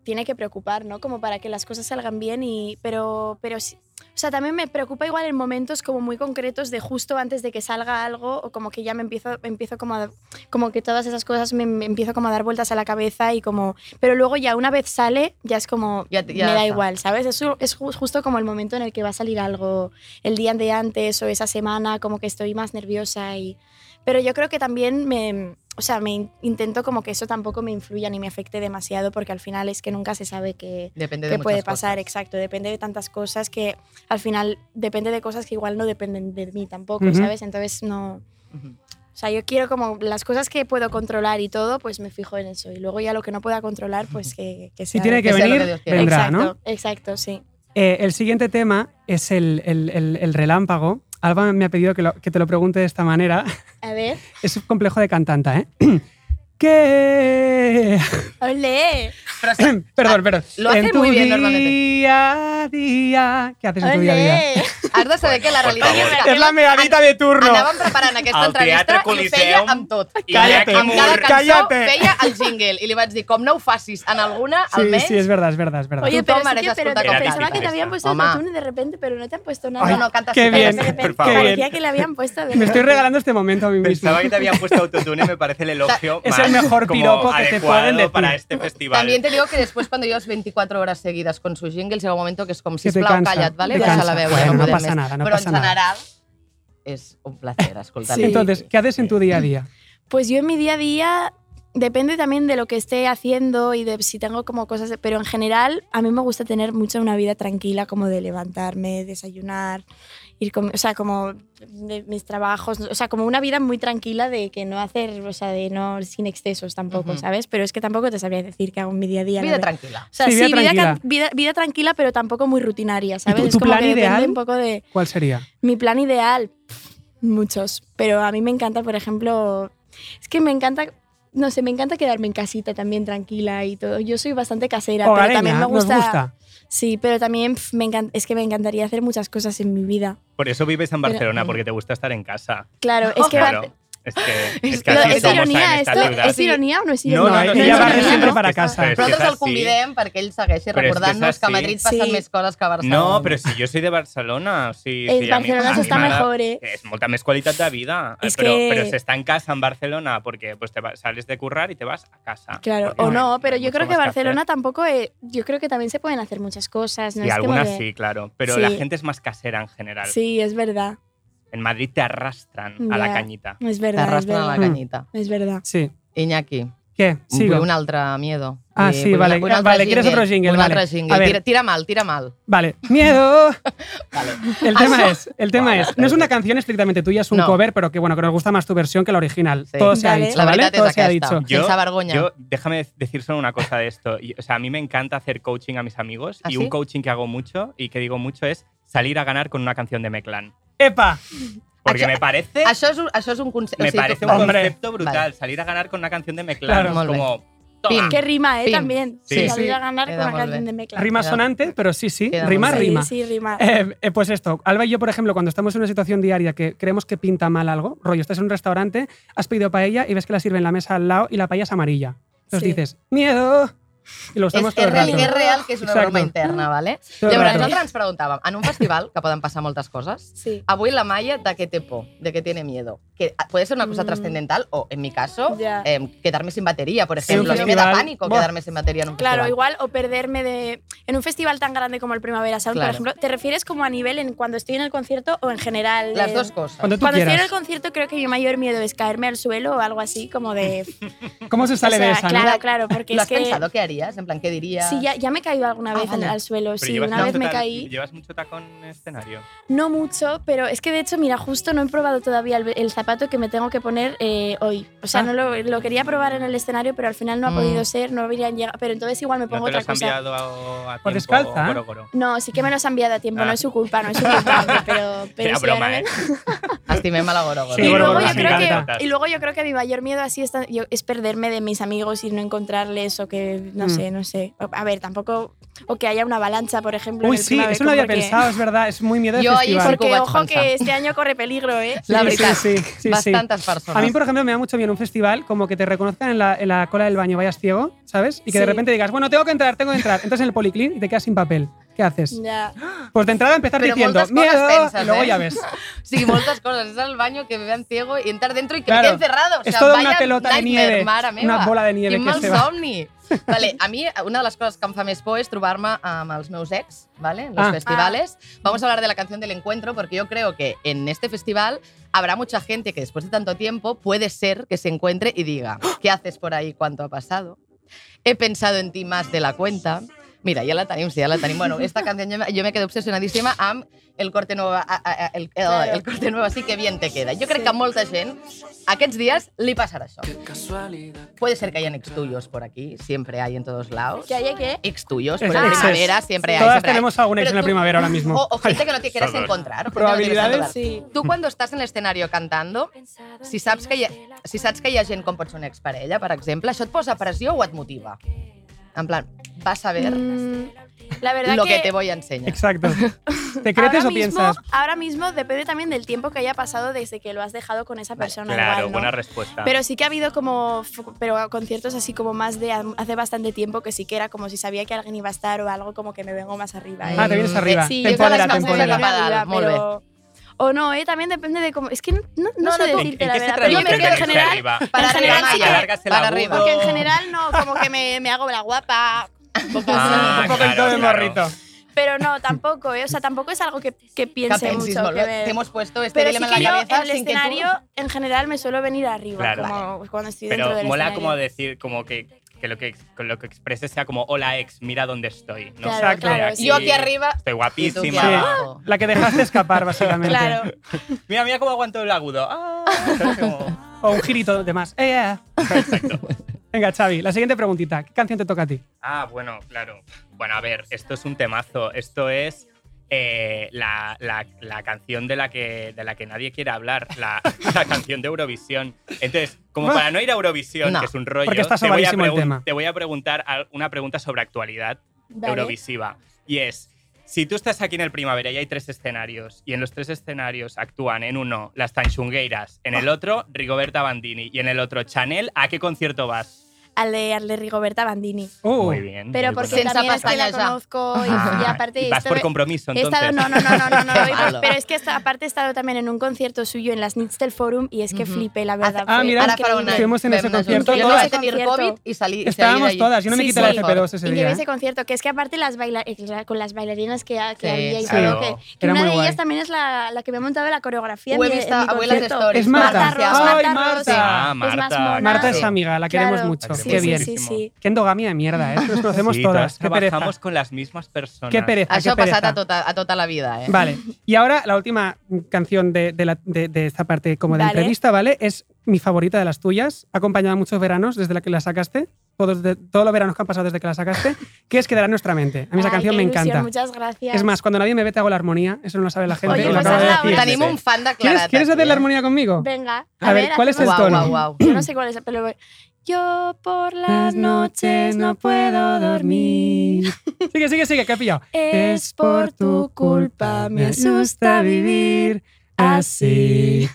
Speaker 5: tiene que preocupar, ¿no? Como para que las cosas salgan bien y... Pero, pero sí. O sea, también me preocupa igual en momentos como muy concretos de justo antes de que salga algo o como que ya me empiezo, empiezo como a- como que todas esas cosas me, me empiezo como a dar vueltas a la cabeza y como... Pero luego ya una vez sale, ya es como...
Speaker 3: Ya te- ya
Speaker 5: me da
Speaker 3: está.
Speaker 5: igual, ¿sabes? Es, ju- es ju- justo como el momento en el que va a salir algo el día de antes o esa semana, como que estoy más nerviosa y... Pero yo creo que también me, o sea, me in- intento como que eso tampoco me influya ni me afecte demasiado porque al final es que nunca se sabe qué,
Speaker 3: Depende de
Speaker 5: qué puede
Speaker 3: muchas
Speaker 5: pasar,
Speaker 3: cosas.
Speaker 5: exacto. Depende de tantas cosas que al final depende de cosas que igual no dependen de mí tampoco,
Speaker 2: Ujú.
Speaker 5: ¿sabes? Entonces no...
Speaker 3: Ujú.
Speaker 5: O sea, yo quiero como las cosas que puedo controlar y todo, pues me fijo en eso. Y luego ya lo que no pueda controlar, pues que, que
Speaker 2: Si
Speaker 5: sea
Speaker 2: tiene
Speaker 5: lo
Speaker 2: que
Speaker 3: sea lo que
Speaker 2: venir,
Speaker 3: Dios quiera.
Speaker 2: vendrá,
Speaker 5: exacto,
Speaker 2: ¿no?
Speaker 5: Exacto, sí.
Speaker 2: Eh, el siguiente tema es el, el- el- el relámpago. Alba me ha pedido que, lo- que te lo pregunte de esta manera.
Speaker 5: A ver.
Speaker 2: Es un complejo de cantanta, ¿eh? ¿Qué?
Speaker 5: ¡Olé!
Speaker 3: Pero sí,
Speaker 2: perdón, perdón.
Speaker 3: lo hace
Speaker 2: en tu
Speaker 3: muy bien
Speaker 2: día
Speaker 3: normalmente.
Speaker 2: a día. ¿Qué haces en tu día a día?
Speaker 5: ¡Olé!
Speaker 3: has de saber que la
Speaker 4: Por
Speaker 3: realitat
Speaker 4: favor.
Speaker 3: és que
Speaker 2: Es la meadita de turno.
Speaker 3: anàvem preparant aquesta
Speaker 4: Al
Speaker 3: entrevista
Speaker 4: Teatre
Speaker 3: i feia
Speaker 4: Coliseum.
Speaker 3: amb tot.
Speaker 4: I
Speaker 2: Cállate.
Speaker 4: Iñaki
Speaker 3: Amb cada
Speaker 4: Mur.
Speaker 3: cançó
Speaker 2: Cállate.
Speaker 3: feia el jingle i li vaig dir, com no ho facis en alguna,
Speaker 2: Sí,
Speaker 3: almenys...
Speaker 2: sí, es verdad, es verdad, es verdad.
Speaker 5: Oye,
Speaker 3: Tú
Speaker 5: pero, sí
Speaker 3: tomas
Speaker 5: que-
Speaker 3: esas
Speaker 5: pero
Speaker 3: putas
Speaker 5: te-
Speaker 4: Era
Speaker 5: pensaba que te
Speaker 4: táctica
Speaker 5: habían
Speaker 4: esta.
Speaker 5: puesto
Speaker 3: Mamá.
Speaker 5: el de repente, pero no te han puesto nada.
Speaker 2: Ay,
Speaker 3: No, no, cantas.
Speaker 2: qué
Speaker 3: tú,
Speaker 2: bien,
Speaker 3: cantas tú.
Speaker 4: por
Speaker 5: Parecía
Speaker 4: favor.
Speaker 5: que le habían puesto de
Speaker 2: Me estoy
Speaker 5: repente.
Speaker 2: regalando este momento a mí mismo.
Speaker 4: Pensaba que te había puesto autotune, me parece el elogio
Speaker 2: Es
Speaker 4: más
Speaker 2: el mejor
Speaker 4: como
Speaker 2: piropo que te
Speaker 4: adecuado
Speaker 2: pueden decir.
Speaker 4: para este festival.
Speaker 3: También te digo que después cuando llevas 24 horas seguidas con sus jingles llega un momento que es com,
Speaker 2: Que te
Speaker 3: sisplau,
Speaker 2: cansa,
Speaker 3: calla't, vale?
Speaker 2: te
Speaker 3: Deixa
Speaker 2: cansa.
Speaker 3: la veu,
Speaker 2: Bueno,
Speaker 3: ja
Speaker 2: no
Speaker 3: no podem
Speaker 2: passa
Speaker 3: més.
Speaker 2: nada, no
Speaker 3: Però
Speaker 2: passa
Speaker 3: en
Speaker 2: nada.
Speaker 3: general és un placer escoltar.
Speaker 5: Sí.
Speaker 2: Entonces, ¿qué haces en tu día a día?
Speaker 5: Pues yo en mi día a día depende también de lo que esté haciendo y de si tengo como cosas, de- pero en general a mí me gusta tener mucho una vida tranquila, como de levantarme, desayunar, ir con, o sea, como de mis trabajos, o sea, como una vida muy tranquila de que no hacer, o sea, de no sin excesos tampoco,
Speaker 3: Ujú.
Speaker 5: ¿sabes? Pero es que tampoco te sabría decir que hago en mi día a día. la
Speaker 3: Vida
Speaker 5: verdad.
Speaker 3: tranquil·la.
Speaker 5: O sea,
Speaker 2: Sí,
Speaker 5: sí,
Speaker 2: vida
Speaker 5: vida,
Speaker 2: tranquila.
Speaker 5: can- vida- vida tranquila, pero tampoco muy rutinaria, ¿sabes?
Speaker 2: tu
Speaker 5: es como
Speaker 2: plan
Speaker 5: que
Speaker 2: ideal?
Speaker 5: depende un poco de
Speaker 2: ¿Cuál sería?
Speaker 5: mi plan ideal. pff, Muchos, pero a mí me encanta, por ejemplo, es que me encanta, no sé, me encanta quedarme en casita también tranquila y todo. Yo soy bastante casera, pero también
Speaker 2: Hogareña,
Speaker 5: me gusta,
Speaker 2: Oh, nos gusta.
Speaker 5: Sí, pero también pff, me encanta, es que me encantaría hacer muchas cosas en mi vida.
Speaker 4: Por eso vives en
Speaker 5: Pero-
Speaker 4: Barcelona, porque te gusta estar en casa.
Speaker 5: Claro, es que
Speaker 4: Claro.
Speaker 5: va-
Speaker 4: Es que, es
Speaker 3: Es
Speaker 4: que
Speaker 5: lo-
Speaker 4: así
Speaker 5: es
Speaker 4: somos
Speaker 5: ironía
Speaker 4: en esta
Speaker 5: esto,
Speaker 4: ciudad.
Speaker 5: es ironía o no es
Speaker 4: No,
Speaker 5: ironía.
Speaker 4: no, no,
Speaker 2: Ella
Speaker 4: no,
Speaker 2: barre
Speaker 4: no,
Speaker 2: siempre
Speaker 4: no,
Speaker 2: para
Speaker 4: es que
Speaker 2: casa.
Speaker 4: es-
Speaker 3: Nosaltres
Speaker 4: és
Speaker 3: el
Speaker 4: així.
Speaker 3: convidem perquè ell segueixi
Speaker 4: Però és que és
Speaker 3: recordant-nos que a
Speaker 4: així.
Speaker 3: Madrid passen
Speaker 5: Sí.
Speaker 3: més coses que a Barcelona.
Speaker 4: No, però si jo soy de Barcelona, o sigui...
Speaker 5: En
Speaker 4: sí, a mi-
Speaker 5: Barcelona
Speaker 4: a
Speaker 5: se
Speaker 4: mi
Speaker 5: está
Speaker 4: m'agrada-
Speaker 5: mejor, ¿eh?
Speaker 4: Es molta més qualitat de vida,
Speaker 5: Es
Speaker 4: pero,
Speaker 5: que-
Speaker 4: pero se está en casa en Barcelona porque pues te vas- sales de currar y te vas a casa.
Speaker 5: Claro,
Speaker 4: Porque
Speaker 5: o
Speaker 4: hay-
Speaker 5: no, pero
Speaker 4: hay
Speaker 5: yo
Speaker 4: mucho
Speaker 5: creo que
Speaker 4: más hacer.
Speaker 5: Barcelona tampoco, eh, yo creo que también se pueden hacer muchas cosas. ¿no?
Speaker 4: Y
Speaker 5: es como
Speaker 4: algunas
Speaker 5: que-
Speaker 4: sí, claro, pero la
Speaker 5: Sí.
Speaker 4: gente es más casera en general.
Speaker 5: Sí, es verdad,
Speaker 4: En Madrid te arrastran a la
Speaker 5: Ya.
Speaker 4: cañita.
Speaker 5: es verdad, es
Speaker 3: T'arrastren a la
Speaker 5: verdad.
Speaker 3: canyita.
Speaker 5: Es verdad.
Speaker 2: Sí.
Speaker 3: Iñaki,
Speaker 2: ¿Qué? Sigo.
Speaker 3: vull un altre miedo. Eh,
Speaker 2: Ah,
Speaker 3: Vull-
Speaker 2: sí,
Speaker 3: vull un-
Speaker 2: vale.
Speaker 3: vull un altre
Speaker 2: Vale, ¿quieres otro jingle?
Speaker 3: Vull Un
Speaker 2: Vale.
Speaker 3: altre
Speaker 2: A
Speaker 3: jingle.
Speaker 2: ver.
Speaker 3: Tira, tira mal, tira mal.
Speaker 2: Vale. ¡Miedo!
Speaker 3: Vale.
Speaker 2: El tema
Speaker 3: Eso-
Speaker 2: es, el tema es, no es una canción estrictamente tuya, es un
Speaker 3: No.
Speaker 2: cover, pero que bueno, que nos gusta más tu versión que la original.
Speaker 3: Sí.
Speaker 2: Todo se ha
Speaker 5: Vale.
Speaker 2: dicho,
Speaker 3: La
Speaker 2: ¿vale?
Speaker 3: veritat
Speaker 2: Todo
Speaker 3: és
Speaker 2: se ha
Speaker 3: aquesta.
Speaker 2: dicho.
Speaker 3: Sense vergonya.
Speaker 4: Yo, déjame decir solo una cosa de esto. Y, o sea, a mí me encanta hacer coaching a mis amigos
Speaker 3: ¿Ah,
Speaker 4: y
Speaker 3: sí?
Speaker 4: un coaching que hago mucho y que digo mucho es salir a ganar con una canción de Meclan.
Speaker 2: ¡Epa!
Speaker 4: Porque
Speaker 3: Ah, Això-
Speaker 4: me parece,
Speaker 3: Això és un, això és un concepte...
Speaker 4: me parece un
Speaker 2: Hombre.
Speaker 4: concepto brutal,
Speaker 3: Vale.
Speaker 4: salir a ganar con una canción de Meclan.
Speaker 2: Claro.
Speaker 4: Es como,
Speaker 3: Pim.
Speaker 5: Que rima, ¿eh?
Speaker 3: Pim.
Speaker 5: También.
Speaker 4: Sí.
Speaker 5: Sí,
Speaker 2: Ah, Sí.
Speaker 5: a ganar
Speaker 3: Queda
Speaker 5: con la
Speaker 3: molt
Speaker 5: canción
Speaker 3: bé.
Speaker 5: de Mecla.
Speaker 2: Rima
Speaker 3: Queda-
Speaker 2: sonante, pero sí, sí.
Speaker 3: queda
Speaker 2: Rima,
Speaker 5: sí,
Speaker 3: muy
Speaker 2: rima.
Speaker 5: Sí, rima.
Speaker 2: Eh, eh, pues esto, Alba y yo, por ejemplo, cuando estamos en una situación diaria que creemos que pinta mal algo, rollo, estás en un restaurante, has pedido paella y ves que la sirven en la mesa al lado y la paella es amarilla. Entonces
Speaker 5: Sí.
Speaker 2: dices, miedo! Y lo
Speaker 3: És,
Speaker 2: usamos todo el
Speaker 3: és, real,
Speaker 2: rato.
Speaker 3: és real que és una
Speaker 2: Exacte.
Speaker 3: broma interna, ¿vale?
Speaker 2: Tot el
Speaker 3: Llavors,
Speaker 2: rato.
Speaker 3: nosaltres ens preguntàvem, en un festival, que poden passar moltes coses,
Speaker 2: Ah,
Speaker 5: Sí.
Speaker 3: Avui la Maya, ¿de qué te po? ¿De qué tiene miedo? Que ah, puede ser una cosa
Speaker 5: Mm.
Speaker 3: trascendental o, en mi caso,
Speaker 5: Ya.
Speaker 3: em, quedarme sin batería, por
Speaker 2: Sí,
Speaker 3: ejemplo.
Speaker 2: un
Speaker 3: A mí me da
Speaker 2: festival.
Speaker 3: pánico
Speaker 2: Buah.
Speaker 3: quedarme sin batería
Speaker 2: pues
Speaker 3: en un
Speaker 5: Claro,
Speaker 3: festival.
Speaker 5: igual, o perderme de. En un festival tan grande como el Primavera Sound,
Speaker 3: Claro.
Speaker 5: por ejemplo, ¿te refieres como a nivel en cuando estoy en el concierto o en general?
Speaker 3: Las
Speaker 5: de-
Speaker 3: dos cosas.
Speaker 2: Cuando tú
Speaker 5: Cuando estoy en el
Speaker 2: quieras.
Speaker 5: concierto, creo que mi mayor miedo es caerme al suelo o algo así, como de.
Speaker 2: ¿Cómo se
Speaker 5: o
Speaker 2: sale
Speaker 5: sea,
Speaker 2: de esa? no?
Speaker 5: claro, claro, porque
Speaker 3: ¿Lo
Speaker 5: es
Speaker 3: has
Speaker 5: que.
Speaker 3: pensado qué harías? En plan, ¿qué dirías?
Speaker 5: Sí, ya, ya me he caído alguna
Speaker 3: Ah,
Speaker 5: vez al-
Speaker 3: vale.
Speaker 5: al suelo.
Speaker 4: Pero
Speaker 5: sí,
Speaker 4: llevas
Speaker 5: una
Speaker 4: mucho
Speaker 5: vez me
Speaker 4: tal-
Speaker 5: caí.
Speaker 4: Llevas mucho tacón en escenario.
Speaker 5: No mucho, pero es que de hecho, mira, justo no he probado todavía el, el zapato que me tengo que poner eh, hoy. O sea,
Speaker 2: Ah.
Speaker 5: no lo, lo quería probar en el escenario, pero al final no ha
Speaker 3: Mm.
Speaker 5: podido ser, no habrían llegado. Pero entonces igual me
Speaker 4: No
Speaker 5: pongo
Speaker 4: te lo
Speaker 5: otra
Speaker 4: has
Speaker 5: cosa.
Speaker 4: enviado a, a tiempo.
Speaker 2: Pues descalza, ¿eh?
Speaker 4: Goro, goro.
Speaker 5: No, sí que me los han enviado a tiempo,
Speaker 4: Ah.
Speaker 5: no es su culpa, no es su culpa. pero, pero
Speaker 4: Era
Speaker 5: sí, ahora
Speaker 4: broma, ¿eh?
Speaker 5: me-
Speaker 3: Estimem a la Goro Goro.
Speaker 2: Sí,
Speaker 5: y,
Speaker 2: bueno,
Speaker 5: luego
Speaker 2: bueno,
Speaker 5: yo
Speaker 2: me
Speaker 5: creo
Speaker 2: encanta.
Speaker 5: que, y luego yo creo que mi mayor miedo así es, tan- yo- es perderme de mis amigos y no encontrarles o que, no
Speaker 2: Mm.
Speaker 5: sé, no sé. O- A ver, tampoco... O que haya una avalancha, por ejemplo. en
Speaker 2: Uy,
Speaker 5: el
Speaker 2: sí, eso no
Speaker 5: Primaveco,
Speaker 2: lo había
Speaker 5: porque-
Speaker 2: pensado, es verdad, es muy miedo de
Speaker 3: Yo ahí
Speaker 2: festival.
Speaker 3: soy
Speaker 5: Porque
Speaker 3: Cuba
Speaker 5: ojo
Speaker 3: expansa.
Speaker 5: que este año corre peligro, ¿eh?
Speaker 3: La
Speaker 2: Sí,
Speaker 3: veritat,
Speaker 2: sí, sí, sí, sí.
Speaker 3: bastantes personas.
Speaker 2: A mí, por ejemplo, me da mucho bien un festival como que te reconozcan en la, en la cola del baño, vayas ciego, ¿sabes? Y que de
Speaker 5: Sí.
Speaker 2: repente digas, bueno, tengo que entrar, tengo que entrar. Entras en el policlín y te quedas sin papel. ¿Qué haces?
Speaker 5: Ya.
Speaker 2: Pues de entrada empezar
Speaker 3: Pero
Speaker 2: diciendo,
Speaker 3: moltes coses
Speaker 2: miedo,
Speaker 3: penses,
Speaker 2: y luego
Speaker 3: eh?
Speaker 2: ya ves.
Speaker 3: Sí, muchas cosas. Es al baño que me vean ciego y entrar dentro y que
Speaker 2: Claro.
Speaker 3: me quede encerrado. O sea,
Speaker 2: es toda
Speaker 3: vaya
Speaker 2: una pelota de
Speaker 3: nightmare,
Speaker 2: nieve,
Speaker 3: mare
Speaker 2: una
Speaker 3: meva.
Speaker 2: bola de nieve
Speaker 3: Quin
Speaker 2: que
Speaker 3: mal
Speaker 2: se va.
Speaker 3: somni! Vale, a mi una de las cosas que em fa més por es trobar-me amb els meus ex, ¿vale? en los
Speaker 2: Ah.
Speaker 3: festivales. Vamos a hablar de la canción del encuentro porque yo creo que en este festival habrá mucha gente que después de tanto tiempo puede ser que se encuentre y diga, ¿qué haces por ahí? ¿Cuánto ha pasado? He pensado en ti más de la cuenta. Mira, ya la tenim, sí, ya la tenim. Bueno, esta canción yo me, jo me quedo obsessionadíssima amb el corte nuevo, a- a- a- el, eh, el, el corte nuevo, así que bien te queda. Jo crec que a molta gent aquests dies li passarà això. Puede ser que hayan ex tuyos por aquí, siempre hay en todos lados.
Speaker 5: ¿Que haya qué?
Speaker 3: Ex tuyos,
Speaker 2: Ex-
Speaker 3: pues en
Speaker 5: exes.
Speaker 3: primavera siempre hay.
Speaker 2: Todas
Speaker 3: siempre hay.
Speaker 2: tenemos algún ex
Speaker 3: Pero
Speaker 2: en la
Speaker 3: tú- oh,
Speaker 2: primavera ahora mismo.
Speaker 3: O, o gente que no te quieres
Speaker 4: Todos.
Speaker 3: encontrar. gente que no te
Speaker 2: Probabilidades.
Speaker 3: quieres encontrar. Tú cuando estás en el escenario cantando, si saps que hi ha, si saps que hi ha gent com pot ser una exparella, per exemple, això et posa pressió o et motiva? En plan, vas a ver
Speaker 5: Mm, la verdad
Speaker 3: lo que,
Speaker 5: que,
Speaker 3: te voy a enseñar.
Speaker 2: Exacto. ¿Te creces
Speaker 5: ahora
Speaker 2: o
Speaker 5: mismo-
Speaker 2: piensas?
Speaker 5: Ahora mismo depende también del tiempo que haya pasado desde que lo has dejado con esa persona.
Speaker 4: claro,
Speaker 5: igual, ¿no?
Speaker 4: buena respuesta.
Speaker 5: Pero sí que ha habido como f- pero conciertos así como más de hace bastante tiempo que sí que era como si sabía que alguien iba a estar o algo como que me vengo más arriba. ¿eh?
Speaker 2: Ah, te vienes arriba.
Speaker 5: Sí,
Speaker 2: te
Speaker 5: yo creo que
Speaker 2: empodera, te
Speaker 5: es más de
Speaker 2: empodera.
Speaker 3: temporera.
Speaker 5: arriba,
Speaker 3: Molt
Speaker 5: pero- O no, ¿eh? También depende de cómo... Es que no, no, no
Speaker 3: No,
Speaker 5: sé
Speaker 3: no, tú-
Speaker 4: ¿En,
Speaker 5: decirte
Speaker 4: en
Speaker 5: la
Speaker 4: qué se
Speaker 5: verdad. Pero yo
Speaker 4: traduce
Speaker 5: creo que en
Speaker 4: venirte
Speaker 5: general...
Speaker 4: arriba?
Speaker 5: en
Speaker 3: Para arriba,
Speaker 5: general sí que-
Speaker 3: Maya,
Speaker 4: Largas el
Speaker 3: para
Speaker 4: agudo.
Speaker 3: arriba.
Speaker 5: Porque en general no, como que me, me hago la guapa. un poco
Speaker 4: Ah,
Speaker 5: así.
Speaker 2: Un poquito
Speaker 4: claro,
Speaker 2: de
Speaker 4: claro.
Speaker 2: morrito.
Speaker 5: Pero no, tampoco, ¿eh? O sea, tampoco es algo que, que
Speaker 3: Que
Speaker 5: piense
Speaker 3: pensis
Speaker 5: mucho.
Speaker 3: molt
Speaker 5: que
Speaker 3: bé.
Speaker 5: me-
Speaker 3: Te hemos puesto este
Speaker 5: Pero sí
Speaker 3: dilema
Speaker 5: que
Speaker 3: en la
Speaker 5: yo
Speaker 3: cabeza
Speaker 5: en el
Speaker 3: sin que tú-
Speaker 5: escenario, en general, me suelo venir arriba.
Speaker 4: Claro.
Speaker 5: Como cuando estoy dentro
Speaker 4: Pero
Speaker 5: del
Speaker 4: mola
Speaker 5: escenario.
Speaker 4: como decir, como que, que lo que con lo que expreses sea como hola ex, mira dónde estoy. ¿no?
Speaker 5: Claro,
Speaker 2: Exacto.
Speaker 5: claro,
Speaker 4: Estoy
Speaker 5: sí.
Speaker 3: Yo aquí arriba
Speaker 4: Estoy
Speaker 3: y tú aquí
Speaker 4: guapísima.
Speaker 2: Sí.
Speaker 3: abajo.
Speaker 2: La que dejaste escapar, básicamente.
Speaker 5: Claro.
Speaker 4: Mira, mira cómo aguanto el agudo. Ah, como-
Speaker 2: O un girito de más. Eh, eh. Venga, Xavi, la siguiente preguntita. ¿Qué canción te toca a ti?
Speaker 4: Ah, bueno, claro. Bueno, a ver, esto es un temazo. Esto es eh, la, la- la canción de la, que, de la que nadie quiere hablar, la, la canción de Eurovisión. Entonces, como
Speaker 2: Bah.
Speaker 4: para no ir a Eurovisión,
Speaker 3: No.
Speaker 4: que es un rollo,
Speaker 2: Ah. Porque está
Speaker 4: te, voy a
Speaker 2: sobradísimo el
Speaker 4: pregun-
Speaker 2: tema.
Speaker 4: te voy a preguntar al- una pregunta sobre actualidad
Speaker 5: Vale.
Speaker 4: eurovisiva. Y es, si tú estás aquí en el primavera y hay tres escenarios, y en los tres escenarios actúan en uno las Tanchungueiras, en
Speaker 2: Ah.
Speaker 4: el otro Rigoberta Bandini y en el otro Chanel, ¿a qué concierto vas?
Speaker 5: Al de, al de Rigoberta Bandini.
Speaker 2: Uh,
Speaker 4: Muy bien.
Speaker 5: Pero
Speaker 4: muy
Speaker 5: porque
Speaker 4: bueno.
Speaker 3: Sense
Speaker 5: también es que la
Speaker 3: pestañas ya.
Speaker 5: conozco y,
Speaker 4: Ah,
Speaker 5: y aparte
Speaker 4: vas
Speaker 5: esto
Speaker 4: por
Speaker 5: me-
Speaker 4: compromiso,
Speaker 5: he
Speaker 4: entonces.
Speaker 5: estado, no, no, no, no, no, no,
Speaker 3: Qué
Speaker 5: iba-
Speaker 3: malo.
Speaker 5: pero es que he estado- aparte he estado también en un concierto suyo en las Nits del Forum y es que
Speaker 3: Ujú.
Speaker 5: flipé, la verdad.
Speaker 2: Ah,
Speaker 5: fue
Speaker 2: mira,
Speaker 3: Ara
Speaker 5: increíble.
Speaker 3: farà un any.
Speaker 2: Estuvimos en
Speaker 3: Vam
Speaker 2: ese
Speaker 3: anar junts.
Speaker 2: concierto
Speaker 3: Jo no
Speaker 5: todas.
Speaker 3: sé tenir
Speaker 5: Concierto.
Speaker 3: COVID y salí. y salir
Speaker 2: estábamos
Speaker 3: allí.
Speaker 2: todas. Yo no me
Speaker 5: Sí,
Speaker 2: quité
Speaker 5: sí.
Speaker 2: la FP2 ese
Speaker 5: Increíble
Speaker 2: día. ¿eh?
Speaker 5: ese concierto, que es que aparte las baila eh, la- con las bailarinas que, ha- que
Speaker 3: Sí,
Speaker 5: había y
Speaker 4: claro.
Speaker 5: todo, que, que
Speaker 2: Era
Speaker 5: una
Speaker 2: muy
Speaker 5: de
Speaker 2: guay.
Speaker 5: ellas también es la, la que me ha montado la coreografía. en
Speaker 3: Ho he
Speaker 5: mi- en
Speaker 3: vist
Speaker 5: mi
Speaker 3: a Abuelas
Speaker 5: concierto.
Speaker 3: Stories.
Speaker 2: Es Marta.
Speaker 5: Marta Ross,
Speaker 2: Ay,
Speaker 5: Marta Ross.
Speaker 2: Marta.
Speaker 4: Ah,
Speaker 5: Es más
Speaker 4: Marta.
Speaker 5: mona.
Speaker 2: Marta
Speaker 4: sí.
Speaker 2: es amiga, la queremos
Speaker 5: Claro.
Speaker 2: mucho.
Speaker 4: Sí,
Speaker 2: Qué
Speaker 5: sí,
Speaker 2: bien.
Speaker 5: sí, sí.
Speaker 2: Qué endogamia de mierda, ¿eh? Nos conocemos
Speaker 4: Sí,
Speaker 2: todas. Qué pereza.
Speaker 4: trabajamos con las mismas personas.
Speaker 2: Qué pereza.
Speaker 3: Això
Speaker 2: qué
Speaker 3: ha passat
Speaker 2: pereza.
Speaker 3: a tota, a tota la vida, eh?
Speaker 2: Vale. Y ahora la última canción de, de la- de- de esta parte como de
Speaker 5: Vale.
Speaker 2: entrevista, ¿vale? Es mi favorita de las tuyas. Ha acompañado muchos veranos desde la que la sacaste. Todos, de- todos los veranos que han pasado desde que la sacaste. Que es Quedará en nuestra mente. A mí esa
Speaker 5: Ay,
Speaker 2: canción
Speaker 5: qué
Speaker 2: me
Speaker 5: ilusión,
Speaker 2: encanta.
Speaker 5: Muchas gracias.
Speaker 2: Es más, cuando nadie me ve te hago la armonía. Eso no lo sabe la gente.
Speaker 5: Oye,
Speaker 2: y lo
Speaker 5: pues
Speaker 2: acabo de
Speaker 5: hazla
Speaker 2: decir.
Speaker 5: ahora.
Speaker 3: Tenim un fan declarat.
Speaker 2: ¿Quieres, quieres
Speaker 3: aquí,
Speaker 2: hacer la
Speaker 3: eh?
Speaker 2: armonía conmigo?
Speaker 5: venga.
Speaker 2: A ver, ¿cuál es el
Speaker 5: hacemos-
Speaker 2: tono?
Speaker 3: Guau, guau, guau.
Speaker 5: Yo no sé cuál es, pero
Speaker 6: Yo por las noches no puedo dormir.
Speaker 2: Sigue, sigue, sigue, que he pillado.
Speaker 6: Es por tu culpa, me asusta vivir así.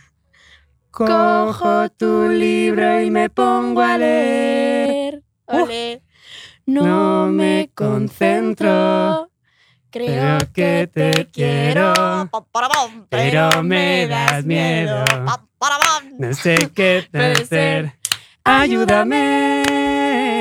Speaker 6: Cojo tu libro y me pongo a leer.
Speaker 2: Uh.
Speaker 5: Ole.
Speaker 6: No me concentro,
Speaker 5: Creo que te quiero.
Speaker 2: pero me das miedo. No sé qué
Speaker 5: Puede
Speaker 2: hacer.
Speaker 5: ser.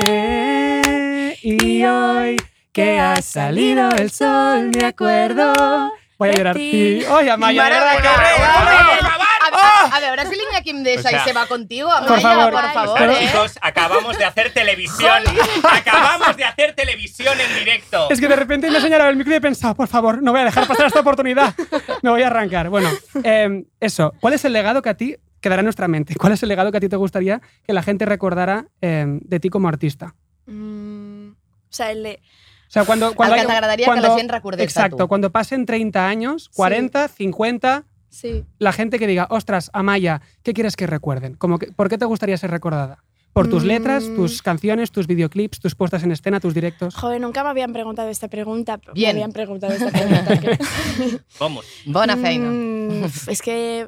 Speaker 2: Ayúdame. Y hoy que ha salido el sol, me acuerdo. Voy a llorar.
Speaker 6: ti.
Speaker 2: Sí. ¡Ay, Amaya, de
Speaker 3: Bueno,
Speaker 2: verdad,
Speaker 3: bueno,
Speaker 2: qué
Speaker 3: bueno,
Speaker 2: regalo!
Speaker 3: bueno, bueno. A ver,
Speaker 2: ¡Ah!
Speaker 3: a ver, ahora si Linda Kim de
Speaker 4: O
Speaker 3: esa y
Speaker 4: sea,
Speaker 3: se va contigo, Amaya,
Speaker 2: por favor,
Speaker 3: por
Speaker 4: Pues
Speaker 3: favor,
Speaker 4: nada,
Speaker 3: ¿eh?
Speaker 4: chicos, acabamos de hacer televisión. acabamos de hacer televisión en directo.
Speaker 2: Es que de repente me he señalado el micro y he pensado, por favor, no voy a dejar pasar esta oportunidad. Me voy a arrancar. Bueno, eh, eso. ¿Cuál es el legado que a ti quedará en nuestra mente? ¿Cuál es el legado que a ti te gustaría que la gente recordara eh, de ti como artista?
Speaker 5: Mm, o sea, el de-
Speaker 2: O sea, cuando,
Speaker 3: Al
Speaker 2: cuando
Speaker 3: que
Speaker 2: hay-
Speaker 3: t'agradaria que
Speaker 2: cuando-
Speaker 3: la gent recordés
Speaker 2: Exacto, cuando pasen 30 años, 40, 50,
Speaker 5: Sí.
Speaker 2: la gente que diga, ostras, Amaya, ¿qué quieres que recuerden? Como que- ¿Por qué te gustaría ser recordada? ¿Por tus
Speaker 5: Mm.
Speaker 2: letras, tus canciones, tus videoclips, tus puestas en escena, tus directos?
Speaker 5: Joder, nunca me habían preguntado esta pregunta. pero
Speaker 3: Bien.
Speaker 5: Me habían preguntado esta pregunta. que-
Speaker 4: Vamos.
Speaker 3: Bona feina.
Speaker 5: Mm, es que.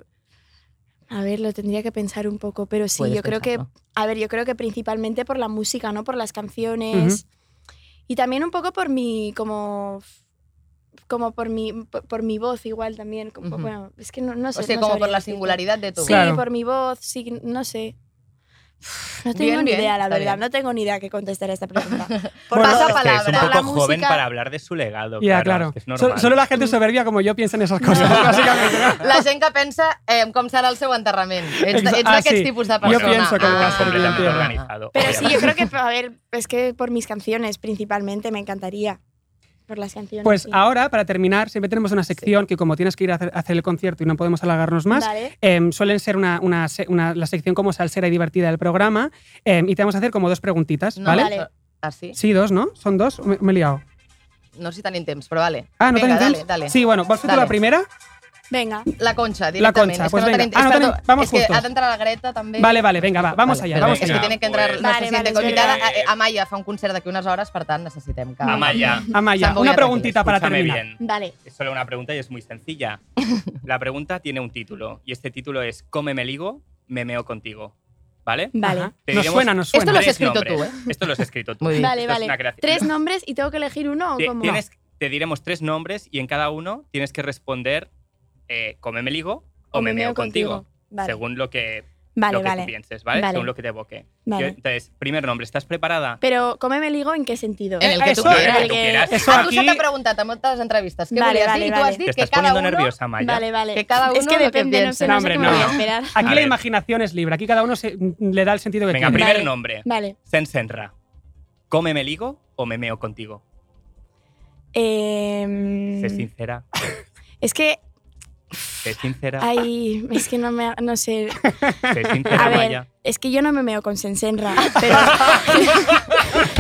Speaker 5: A ver, lo tendría que pensar un poco, pero sí,
Speaker 3: Puedes
Speaker 5: yo creo que
Speaker 3: pensarlo.
Speaker 5: A ver, yo creo que principalmente por la música, ¿no? Por las canciones. Y también un poco por mi, como, como por mi, por, por mi voz igual también. Como,
Speaker 3: Ujú.
Speaker 5: Bueno, es que no, no sé.
Speaker 3: O sea,
Speaker 5: no
Speaker 3: como por
Speaker 5: sabría
Speaker 3: la
Speaker 5: decirte.
Speaker 3: singularidad de tu
Speaker 5: Sí,
Speaker 2: Claro.
Speaker 5: por mi voz, sí, no sé. Uf, No tengo
Speaker 3: Bien,
Speaker 5: ni
Speaker 3: bien,
Speaker 5: idea, la
Speaker 3: está
Speaker 5: verdad.
Speaker 3: bien.
Speaker 5: No tengo ni idea que contestar a esta pregunta. Por
Speaker 2: Bueno,
Speaker 5: la
Speaker 3: Pasa
Speaker 5: voz,
Speaker 4: Es que es
Speaker 3: palabra.
Speaker 4: un
Speaker 5: por
Speaker 4: poco
Speaker 5: la
Speaker 4: joven
Speaker 5: música.
Speaker 4: para hablar de su legado.
Speaker 2: Ya, claro.
Speaker 4: es que es
Speaker 2: So-
Speaker 4: normal.
Speaker 2: solo la gente soberbia como yo piensa en esas cosas, básicamente.
Speaker 3: La gent que pensa eh, com serà el seu enterrament. Ets,
Speaker 2: Exa-
Speaker 3: ets
Speaker 2: ah,
Speaker 3: d'aquests
Speaker 2: sí.
Speaker 3: tipus de
Speaker 2: Jo
Speaker 4: Bueno,
Speaker 3: persona. Ah.
Speaker 2: pienso que
Speaker 4: estás
Speaker 2: va a ser bien,
Speaker 4: completamente
Speaker 2: tío.
Speaker 4: organizado.
Speaker 5: Pero sí, yo
Speaker 4: obviamente.
Speaker 5: creo que, a ver, es que por mis canciones principalmente me encantaría. Por las canciones.
Speaker 2: Pues
Speaker 5: sí.
Speaker 2: ahora, para terminar, siempre tenemos una sección que como tienes que ir a hacer, a hacer el concierto y no podemos alargarnos más,
Speaker 5: Vale.
Speaker 2: em, suelen ser una, una se- una- la sección como salsera y divertida del programa em, y te vamos a hacer como dos preguntitas,
Speaker 3: No,
Speaker 2: ¿vale?
Speaker 5: vale.
Speaker 3: Ah, sí?
Speaker 2: Sí, dos, ¿no? ¿Son dos? Me, me he liado.
Speaker 3: No sé si tenim temps, però vale.
Speaker 2: Ah, ¿no
Speaker 3: Vinga,
Speaker 2: tenéis
Speaker 3: dale, dale.
Speaker 2: Sí, bueno, vos tú la
Speaker 3: Dale.
Speaker 2: primera.
Speaker 5: Venga.
Speaker 3: La Concha,
Speaker 2: La
Speaker 3: directament.
Speaker 2: Concha,
Speaker 3: És que
Speaker 2: pues
Speaker 3: no
Speaker 2: venga.
Speaker 3: tenim-
Speaker 2: Ah, no
Speaker 3: és que
Speaker 2: tenim-
Speaker 3: to-
Speaker 2: vamos
Speaker 3: És que
Speaker 2: justos.
Speaker 3: ha d'entrar la Greta, també.
Speaker 2: Vale, vale, venga, va, vamos
Speaker 3: Vale,
Speaker 2: allá, vamos
Speaker 4: venga.
Speaker 3: És que
Speaker 2: allá.
Speaker 3: tiene que entrar
Speaker 4: Pues-
Speaker 3: la
Speaker 5: Vale,
Speaker 3: siguiente
Speaker 5: vale,
Speaker 3: convidada.
Speaker 4: espera.
Speaker 3: A- Amaya fa un concert d'aquí unes hores, per tant, necessitem que...
Speaker 4: Amaya,
Speaker 2: Amaya,
Speaker 3: Sam, voy
Speaker 2: una
Speaker 3: a arreglar.
Speaker 2: preguntita para
Speaker 4: escúchame
Speaker 2: terminar.
Speaker 4: bien.
Speaker 5: Vale.
Speaker 4: Es solo una pregunta y es muy sencilla. La pregunta tiene un título y este título es Cómeme ligo, me meo contigo. ¿Vale?
Speaker 5: Vale.
Speaker 2: Ajá.
Speaker 4: Te
Speaker 2: Nos
Speaker 4: diremos-
Speaker 2: suena, nos
Speaker 3: Esto
Speaker 2: suena.
Speaker 3: lo has
Speaker 4: Tres
Speaker 3: escrito
Speaker 4: nombres.
Speaker 3: tú, ¿eh?
Speaker 4: Esto lo has escrito tú.
Speaker 3: Muy bien.
Speaker 5: Vale,
Speaker 4: Esto es
Speaker 5: vale.
Speaker 4: una creación.
Speaker 5: Tres nombres y tengo que elegir uno o
Speaker 4: Te,
Speaker 5: cómo.
Speaker 4: tienes- te diremos tres nombres y en cada uno tienes que responder eh, cómeme ligo o, me meo contigo.
Speaker 5: Vale,
Speaker 4: Según lo que,
Speaker 5: vale.
Speaker 4: lo que tú
Speaker 5: vale,
Speaker 4: pienses, ¿vale?
Speaker 5: Vale.
Speaker 4: Según lo que te evoque.
Speaker 5: vale.
Speaker 4: Yo- Entonces, primer nombre, ¿estás preparada?
Speaker 5: Pero cómeme ligo en qué sentido.
Speaker 4: Eh,
Speaker 5: Eh,
Speaker 3: En el que
Speaker 2: Eso
Speaker 3: tu
Speaker 2: es.
Speaker 4: En
Speaker 3: quieras.
Speaker 4: el que tú quieras. Ah,
Speaker 2: Eso
Speaker 3: A tu se
Speaker 2: Eh, aquí...
Speaker 3: t'ha preguntat a moltes entrevistes què
Speaker 5: Vale,
Speaker 3: volies
Speaker 5: vale,
Speaker 3: dir i tu
Speaker 5: vale.
Speaker 3: has
Speaker 4: Te
Speaker 3: dit que
Speaker 4: estás
Speaker 3: cada
Speaker 4: poniendo
Speaker 3: uno...
Speaker 4: nerviosa, Maya.
Speaker 5: Vale, vale.
Speaker 3: Que cada
Speaker 5: es
Speaker 3: uno
Speaker 5: que
Speaker 3: lo que
Speaker 5: depende, no
Speaker 3: piense.
Speaker 5: sé, no,
Speaker 2: Hombre,
Speaker 5: sé cómo
Speaker 2: no.
Speaker 5: voy a esperar.
Speaker 2: Aquí
Speaker 4: A
Speaker 2: la
Speaker 4: ver.
Speaker 2: imaginación es libre, aquí cada uno se- le da el sentido que
Speaker 4: Venga,
Speaker 2: quiere.
Speaker 4: primer
Speaker 5: Vale.
Speaker 4: nombre.
Speaker 5: Vale.
Speaker 4: Sensenra. ¿Cómeme ligo o me meo contigo?
Speaker 5: Em,
Speaker 4: Sé
Speaker 3: Mm.
Speaker 4: sincera,
Speaker 5: es que.
Speaker 4: sé sincera,
Speaker 5: Ay, es que no me. No sé.
Speaker 4: sé
Speaker 5: A
Speaker 4: sincera,
Speaker 5: ver,
Speaker 4: Maya.
Speaker 5: es que yo no me meo con Sensenra. Pero.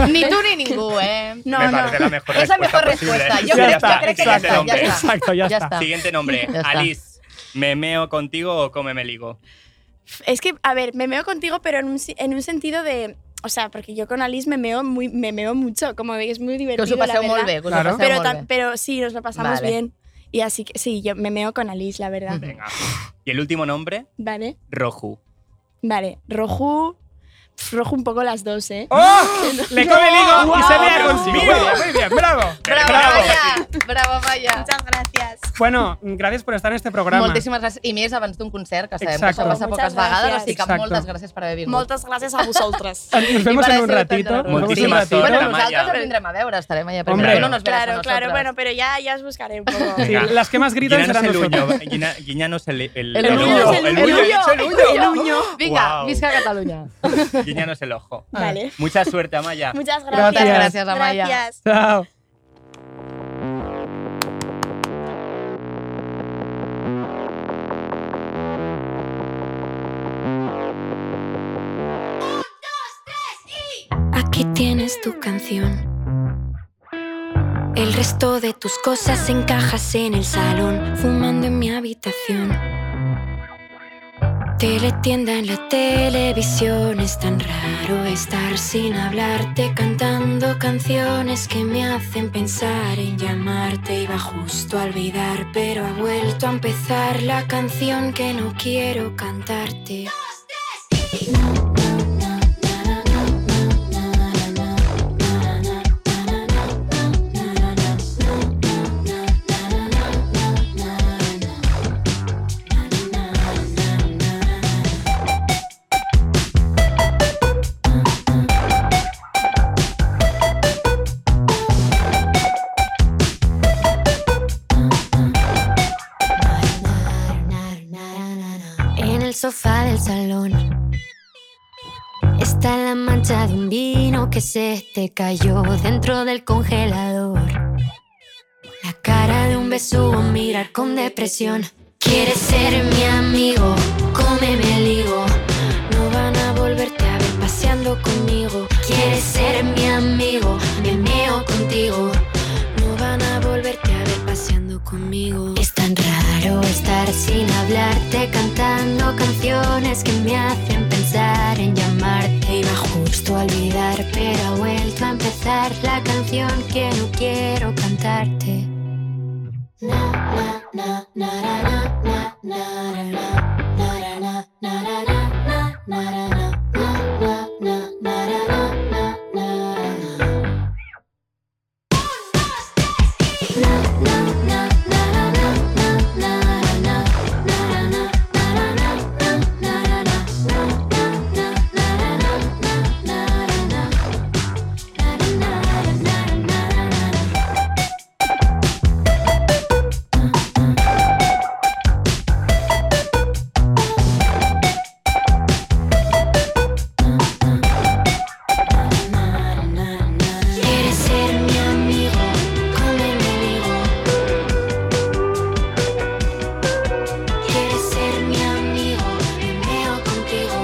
Speaker 3: Ni tu ni ningú, eh?
Speaker 5: No,
Speaker 4: me
Speaker 5: no.
Speaker 4: parece la mejor
Speaker 3: Es la
Speaker 4: respuesta
Speaker 3: mejor
Speaker 4: posible.
Speaker 3: respuesta. Yo
Speaker 4: Ya
Speaker 3: creo- yo
Speaker 4: está,
Speaker 3: creo que
Speaker 4: siguiente
Speaker 3: ya está,
Speaker 4: nombre.
Speaker 3: ya está.
Speaker 2: Exacto, ya,
Speaker 3: Ya
Speaker 2: está.
Speaker 3: está.
Speaker 4: Siguiente nombre.
Speaker 3: Ya está.
Speaker 4: Alice, ¿me meo contigo o cómeme ligo?
Speaker 5: Es que, a ver, me meo contigo, pero en un, si- en un sentido de. O sea, porque yo con Alice me meo, muy, me meo mucho. Como veis, es muy
Speaker 3: Que
Speaker 5: divertido.
Speaker 3: us ho
Speaker 5: la
Speaker 3: passeu molt
Speaker 5: verdad.
Speaker 3: bé, que us ho
Speaker 2: Claro.
Speaker 3: passeu
Speaker 5: pero,
Speaker 3: molt
Speaker 5: tam-
Speaker 3: bé.
Speaker 5: pero sí, nos lo pasamos
Speaker 3: Vale.
Speaker 5: bien. Y así que sí, yo me meo con Alice, la verdad.
Speaker 4: Venga. Y el último nombre,
Speaker 5: Vale,
Speaker 4: Roju.
Speaker 5: vale. Rojo. pf, Rojo un poco las dos, ¿eh?
Speaker 2: ¡Oh! Le come el higo y se
Speaker 4: wow,
Speaker 2: mea
Speaker 4: Dios
Speaker 2: consigo. Muy
Speaker 4: mío.
Speaker 2: bien, muy bien, bravo.
Speaker 3: Bravo, Maya! Bravo, Maya!
Speaker 5: Muchas gracias.
Speaker 2: Bueno, gracias por estar en este programa.
Speaker 3: Moltíssimes gràcies. I més abans d'un concert, que sabem
Speaker 2: Exacto.
Speaker 3: que això passa
Speaker 5: Moltes
Speaker 3: poques vegades,
Speaker 5: gràcies.
Speaker 3: així que
Speaker 2: Exacto.
Speaker 3: moltes gràcies per haver vingut.
Speaker 5: Muchas gracias a vosotras.
Speaker 2: Nos vemos
Speaker 3: para
Speaker 2: en un
Speaker 3: ser tan
Speaker 2: ratito. Nos vemos
Speaker 3: doloroso.
Speaker 2: en un
Speaker 4: Moltísima
Speaker 2: ratito.
Speaker 4: sort,
Speaker 3: Bueno,
Speaker 4: Amaya.
Speaker 3: nosaltres us vindrem a veure, estarem allà. Perquè
Speaker 2: Hombre.
Speaker 3: tu no nos verás
Speaker 5: Claro,
Speaker 3: a
Speaker 5: claro,
Speaker 3: nosotras.
Speaker 5: bueno, pero ya, ya os buscaré un poco.
Speaker 2: Sí, las que más gritan
Speaker 4: Guiñanos
Speaker 2: serán
Speaker 4: el uño.
Speaker 2: nosotros.
Speaker 4: guiña- Guiñanos el, el,
Speaker 3: El
Speaker 5: uño,
Speaker 4: ojo.
Speaker 5: el
Speaker 4: El
Speaker 5: uño.
Speaker 4: uño, he dicho el uño.
Speaker 5: El uño.
Speaker 3: Vinga,
Speaker 4: Guau.
Speaker 3: visca Catalunya.
Speaker 4: Guiñanos el ojo.
Speaker 5: Vale.
Speaker 4: Mucha suerte, Amaya.
Speaker 5: Muchas gracias.
Speaker 2: Gracias.
Speaker 3: Gracias, Amaya.
Speaker 5: Gracias.
Speaker 2: Chao.
Speaker 6: Aquí tienes tu canción. El resto de tus cosas encajas en el salón, fumando en mi habitación. Teletienda en la televisión, es tan raro estar sin hablarte, cantando canciones que me hacen pensar en llamarte. Iba justo a olvidar, pero ha vuelto a empezar la canción que no quiero cantarte. En el sofá del salón está la mancha de un vino que se te cayó dentro del congelador. La cara de un besugo mirar con depresión. Quieres ser mi amigo, cómeme el higo. No van a volverte a ver paseando conmigo. Quieres ser mi amigo, me meo contigo. No van a volverte a ver paseando conmigo. Es tan raro estar sin hablarte, cantando canciones que me hacen pensar en llamarte. Iba justo a olvidar, pero ha vuelto a empezar la canción que no quiero cantarte. Na, na, na, na, ra, na, na, na, ra, na, na, ra, na, na, ra, na, na, na, ra, na, na, na, na, ra, na, na, na, ra, na. Quieres ser mi amigo, cómeme el higo. Quieres ser mi amigo, me meo contigo.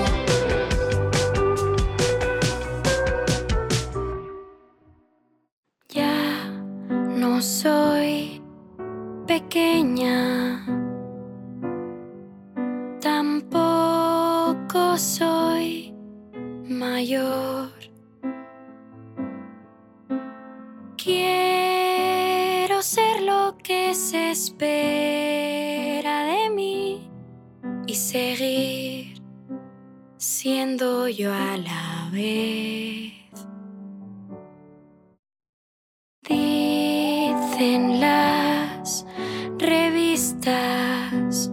Speaker 6: Ya no soy pequeña, tampoco soy mayor. Quiero ser lo que se espera de mí y seguir siendo yo a la vez. Dicen las revistas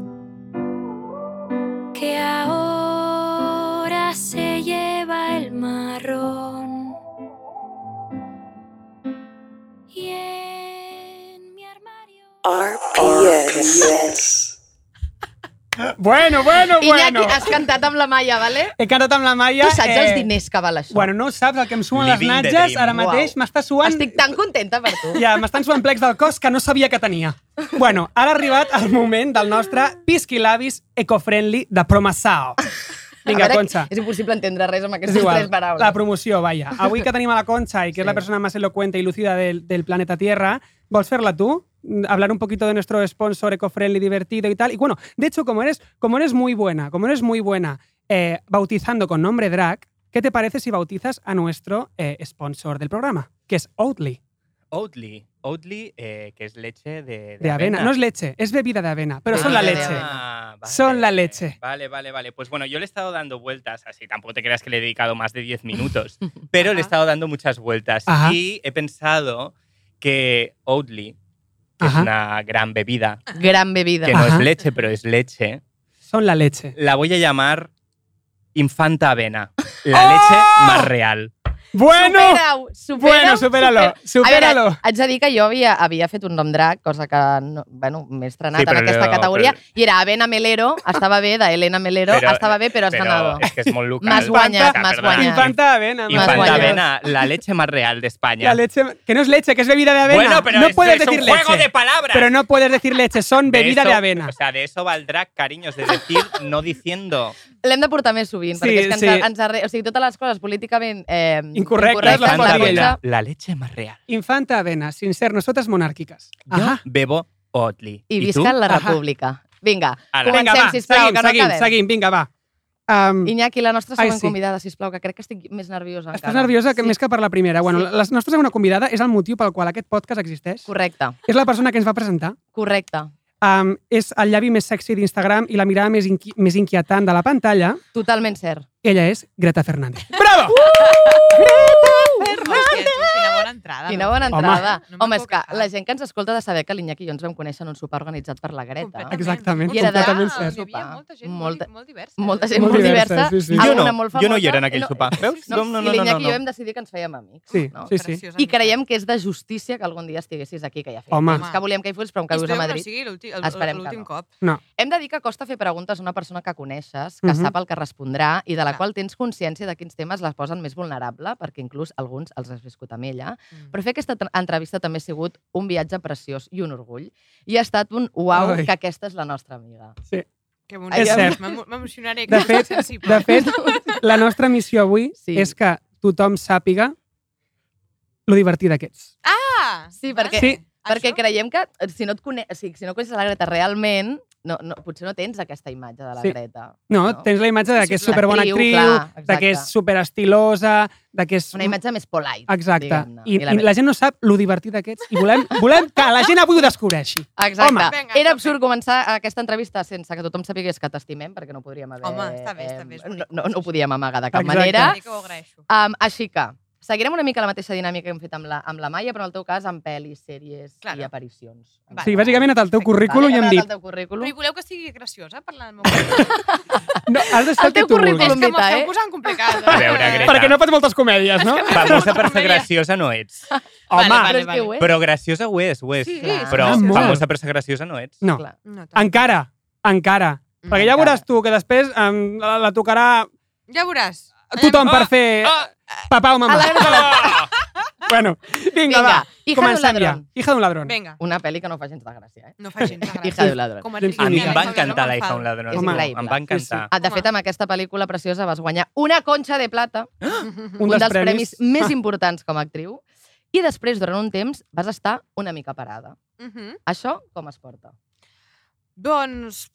Speaker 6: que ahora se lleva el marrón. Y en mi armario.
Speaker 7: RPS.
Speaker 2: Bueno, bueno,
Speaker 3: Iñaki,
Speaker 2: bueno.
Speaker 3: has cantat amb la Maia, vale?
Speaker 2: He cantat amb la Maia...
Speaker 3: Tu saps els
Speaker 2: eh,
Speaker 3: diners que val això?
Speaker 2: Bueno, no saps el que em suen les
Speaker 4: Living the
Speaker 2: natges,
Speaker 4: dream.
Speaker 2: ara mateix
Speaker 3: Uau.
Speaker 2: m'està suant...
Speaker 3: Estic tan contenta per tu.
Speaker 2: Ja, m'estan suant plecs del cos que no sabia que tenia. Bueno, ara ha arribat el moment del nostre Pisquilabis Eco-Friendly de Promassao.
Speaker 3: A
Speaker 2: Vinga,
Speaker 3: veure,
Speaker 2: Conxa.
Speaker 3: És impossible entendre res amb
Speaker 2: És
Speaker 3: aquestes
Speaker 2: igual,
Speaker 3: tres paraules.
Speaker 2: la promoció, vaja. Avui que tenim a la Concha i que sí. és la
Speaker 3: Sí.
Speaker 2: persona més elocuente i lucida del, del planeta Tierra, vols fer-la tu? Mm, Hablar un poquito de nuestro sponsor eco-friendly, divertido y tal. Y bueno, de hecho, como eres, como eres muy buena, como eres muy buena eh, bautizando con nombre drag, ¿qué te parece si bautizas a nuestro eh, sponsor del programa? Que es Oatly,
Speaker 4: Oatly. Oatly, eh, que es leche de,
Speaker 2: de, avena. No es leche, es bebida de avena, pero son
Speaker 3: Ah,
Speaker 2: la
Speaker 3: de
Speaker 2: leche.
Speaker 3: avena.
Speaker 2: Son la leche.
Speaker 4: Vale, vale, vale. Pues bueno, yo le he estado dando vueltas, así tampoco te creas que le he dedicado más de 10 minutos, pero le he
Speaker 3: Ajá.
Speaker 4: estado dando muchas vueltas
Speaker 2: Ajá.
Speaker 4: y he pensado que Oatly, que es
Speaker 2: Ajá.
Speaker 4: una gran bebida,
Speaker 3: Gran bebida.
Speaker 4: que
Speaker 2: Ah.
Speaker 4: no es
Speaker 2: Ajá.
Speaker 4: leche, pero es leche,
Speaker 2: Son la leche.
Speaker 4: la voy a llamar Infanta Avena, la
Speaker 2: ¡Oh!
Speaker 4: leche más real.
Speaker 2: Bueno,
Speaker 3: Supera-ho, supera-ho,
Speaker 2: Eh, bueno, supéralo,
Speaker 3: A
Speaker 2: supéralo.
Speaker 3: veure, haig de dir que jo havia, havia fet un nom drac, cosa que no, bueno, m'he estrenat
Speaker 4: Sí,
Speaker 3: en
Speaker 4: però
Speaker 3: aquesta
Speaker 4: no,
Speaker 3: categoria,
Speaker 4: però-
Speaker 3: i era Avena Melero, estaba bé, de Elena Melero,
Speaker 4: Pero-
Speaker 3: estaba bé, pero has
Speaker 4: pero
Speaker 3: ganado.
Speaker 4: Es que es muy local.
Speaker 3: Más guañas,
Speaker 4: Infanta,
Speaker 3: más
Speaker 4: perdona.
Speaker 3: guañas.
Speaker 2: Infanta avena.
Speaker 3: Más
Speaker 4: Infanta
Speaker 3: guañas.
Speaker 4: Avena, la leche más real de España.
Speaker 2: La leche, que no es leche, que es bebida de avena.
Speaker 4: Bueno, pero
Speaker 2: no
Speaker 4: es,
Speaker 2: puedes
Speaker 4: es
Speaker 2: decir
Speaker 4: un
Speaker 2: leche.
Speaker 4: juego de palabras.
Speaker 2: Pero no puedes decir leche, son
Speaker 4: De
Speaker 2: bebida de,
Speaker 4: eso-
Speaker 2: avena.
Speaker 4: O sea, de eso valdrá, cariños, de decir no diciendo.
Speaker 3: L'hem de portar més sovint,
Speaker 2: Sí,
Speaker 3: perquè és que ens,
Speaker 2: sí.
Speaker 3: ens arre... o sigui, totes les coses políticament eh,
Speaker 2: Incorrectes,
Speaker 4: La
Speaker 2: Correcto, les
Speaker 3: incorrectes
Speaker 2: podria
Speaker 3: la
Speaker 4: Infanta
Speaker 2: podríem.
Speaker 4: Avena,
Speaker 3: Concha,
Speaker 4: la leche más real.
Speaker 2: Infanta avena, sin ser nosotras monárquicas.
Speaker 4: Yo
Speaker 2: Ajá.
Speaker 4: bebo Oatly.
Speaker 3: i
Speaker 4: tú? Ah,
Speaker 3: visca la
Speaker 2: Ajá.
Speaker 3: república. Vinga,
Speaker 4: Ala.
Speaker 3: comencem,
Speaker 2: Vinga, va,
Speaker 3: sisplau,
Speaker 2: seguim,
Speaker 3: que no
Speaker 2: seguim,
Speaker 3: acabem.
Speaker 2: seguim, vinga, va. Am,
Speaker 3: Iñaki, la nostra
Speaker 2: Ai,
Speaker 3: següent
Speaker 2: sí.
Speaker 3: convidada, sisplau, que crec que estic més nerviosa
Speaker 2: estàs
Speaker 3: encara.
Speaker 2: nerviosa que
Speaker 3: Sí,
Speaker 2: més que per la primera. Bueno,
Speaker 3: Sí.
Speaker 2: la la nostra segona convidada és el motiu pel qual aquest podcast existeix.
Speaker 3: Correcte,
Speaker 2: És la persona que ens va presentar.
Speaker 3: correcte.
Speaker 2: Um, és el llavi més sexy d'Instagram i la mirada més, inqui més inquietant de la pantalla.
Speaker 3: Totalment cert.
Speaker 2: Ella és Greta Fernández.
Speaker 4: ¡Bravo!
Speaker 7: Hòstia, tu, quina bona entrada.
Speaker 3: Quina
Speaker 7: Ah, no?
Speaker 3: bona
Speaker 2: Home.
Speaker 3: entrada. Home,
Speaker 7: No me'n
Speaker 3: Home és
Speaker 7: puc
Speaker 3: que
Speaker 7: queixar.
Speaker 3: la gent que ens escolta ha de saber que l'Iñaki i jo ens vam conèixer en un sopar organitzat per la Greta.
Speaker 7: Completament.
Speaker 2: Exactament,
Speaker 7: I era de-
Speaker 2: completament
Speaker 7: ah,
Speaker 2: cert.
Speaker 7: Hi havia molta gent
Speaker 3: Molta-
Speaker 7: molt, molt diversa. eh?
Speaker 3: Molta gent
Speaker 2: Molt
Speaker 3: molt,
Speaker 2: diversa,
Speaker 3: diversa.
Speaker 2: sí, sí.
Speaker 4: Jo
Speaker 3: alguna
Speaker 4: no,
Speaker 3: molt
Speaker 4: jo no
Speaker 3: famosa, Eh,
Speaker 4: hi era en aquell
Speaker 3: no-
Speaker 4: sopar. Veus?
Speaker 3: No,
Speaker 4: no,
Speaker 3: I
Speaker 4: no, no,
Speaker 3: l'Iñaki
Speaker 4: no,
Speaker 3: i jo
Speaker 4: no.
Speaker 3: vam decidir que ens fèiem amics.
Speaker 2: Sí,
Speaker 3: no?
Speaker 2: sí, sí.
Speaker 7: Preciosament.
Speaker 3: I creiem que és de justícia que algun dia estiguessis aquí, que ja feia
Speaker 2: Home.
Speaker 3: temps que volíem que hi fos, però com que
Speaker 7: Espero
Speaker 3: vius a
Speaker 7: que no
Speaker 3: Madrid...
Speaker 7: sigui l'últim-
Speaker 3: Esperem
Speaker 7: el-
Speaker 3: que
Speaker 7: l'últim
Speaker 3: no.
Speaker 7: cop.
Speaker 3: Hem de dir que costa fer preguntes a una persona que coneixes, que
Speaker 2: Mhm.
Speaker 3: sap el que respondrà i de la
Speaker 7: Clar.
Speaker 3: qual tens consciència de quins temes les posen més vulnerable, perquè inclús alguns els has viscut amb ella. Però fer aquesta tra- entrevista també ha sigut un viatge preciós i un orgull. I ha estat un uau
Speaker 2: Ai.
Speaker 3: que aquesta és la nostra amiga.
Speaker 7: Que
Speaker 3: És
Speaker 2: cert.
Speaker 7: bonic. M'emo- M'emocionaré.
Speaker 2: De
Speaker 7: que
Speaker 2: fet-
Speaker 7: sóc sensible.
Speaker 2: De fet, la nostra missió avui
Speaker 3: Sí.
Speaker 2: sí. és que tothom sàpiga lo divertida que ets.
Speaker 7: Ah,
Speaker 3: Sí, perquè-
Speaker 2: Sí.
Speaker 3: Perquè
Speaker 7: Això?
Speaker 3: creiem que eh, si no, et cone... o sigui, si no coneixes la Greta realment, no, no, potser no tens aquesta imatge de la
Speaker 2: Sí.
Speaker 3: Greta.
Speaker 2: No,
Speaker 3: No.
Speaker 2: no, tens la imatge de
Speaker 3: Sí,
Speaker 2: que és
Speaker 3: sí, una
Speaker 2: superbona
Speaker 3: actriu,
Speaker 2: actriu,
Speaker 3: clar,
Speaker 2: actriu de que és
Speaker 3: exacte.
Speaker 2: superestilosa, de que és...
Speaker 3: Una imatge més polite,
Speaker 2: Exacte.
Speaker 3: diguem-ne.
Speaker 2: I, I, la, gent no sap lo divertida que ets i volem, volem que la gent avui ho descobreixi.
Speaker 3: Exacte.
Speaker 2: Home.
Speaker 7: Vinga,
Speaker 3: Era
Speaker 7: tope.
Speaker 3: absurd començar aquesta entrevista sense que tothom sapigués que t'estimem, perquè no podríem haver...
Speaker 7: Home, està bé, està bé, és
Speaker 3: em,
Speaker 7: bonic.
Speaker 3: No, no, no ho podíem amagar de cap
Speaker 2: Exacte.
Speaker 3: manera.
Speaker 7: Sí que ho agraeixo.
Speaker 3: Um, així que, seguirem una mica la mateixa dinàmica que hem fet amb la, amb la Maia, però en el teu cas amb pel·lis, sèries
Speaker 7: Claro.
Speaker 3: i aparicions.
Speaker 7: Vale.
Speaker 2: O sigui, bàsicament, en el teu
Speaker 7: Perfecte.
Speaker 2: currículum
Speaker 3: Vale,
Speaker 2: ja
Speaker 3: hem
Speaker 2: hem
Speaker 3: parlat
Speaker 2: dit...
Speaker 3: del teu currículum.
Speaker 7: Però hi voleu que sigui graciosa parlant del meu currículum?
Speaker 2: No, has de ser
Speaker 3: El
Speaker 2: el, que
Speaker 3: teu
Speaker 2: tu
Speaker 7: És
Speaker 2: vulguis.
Speaker 3: currículum.
Speaker 7: que m'ho
Speaker 3: Colomita, eh?
Speaker 7: esteu posant complicat.
Speaker 4: A veure, Greta.
Speaker 2: Perquè no fas moltes comèdies, no?
Speaker 4: Famosa per ser
Speaker 7: Maria.
Speaker 4: graciosa no ets.
Speaker 2: Home,
Speaker 3: Però és
Speaker 7: vale.
Speaker 3: que ho és.
Speaker 4: Però graciosa ho és, ho és.
Speaker 7: Sí,
Speaker 3: Clar.
Speaker 4: Però
Speaker 2: Ah, molt.
Speaker 4: famosa per ser graciosa no ets.
Speaker 2: No,
Speaker 3: Clar.
Speaker 7: No, tant.
Speaker 2: encara, encara. Perquè ja
Speaker 3: Encara.
Speaker 2: veuràs tu que després em, la, la tocarà
Speaker 7: Ja veuràs.
Speaker 2: tothom per fer
Speaker 4: ah,
Speaker 2: papà o mamà.
Speaker 4: Ah!
Speaker 2: Bueno, vinga,
Speaker 3: Vinga,
Speaker 2: va.
Speaker 3: Hija
Speaker 2: Comencem
Speaker 3: d'un
Speaker 2: ja.
Speaker 3: ladrón.
Speaker 2: Hija d'un ladrón.
Speaker 7: Vinga,
Speaker 3: Una pel·li que no fa gens de gràcia, eh?
Speaker 7: no fa gens de gràcia.
Speaker 3: Hija de ladrón.
Speaker 7: Com
Speaker 2: James
Speaker 7: actriu,
Speaker 4: A mi
Speaker 2: Sí,
Speaker 4: em
Speaker 2: sí,
Speaker 4: va
Speaker 2: sí.
Speaker 4: encantar la hija
Speaker 7: m'enfado.
Speaker 4: un ladrón.
Speaker 3: És increïble.
Speaker 4: Em va encantar.
Speaker 3: Ah, De
Speaker 7: Home.
Speaker 3: fet, amb aquesta pel·lícula preciosa vas guanyar una conxa de plata,
Speaker 2: Un,
Speaker 3: un dels premis més importants com a actriu, i després, durant un temps, vas estar una mica parada.
Speaker 7: Mhm.
Speaker 3: Això com es porta?
Speaker 7: Doncs...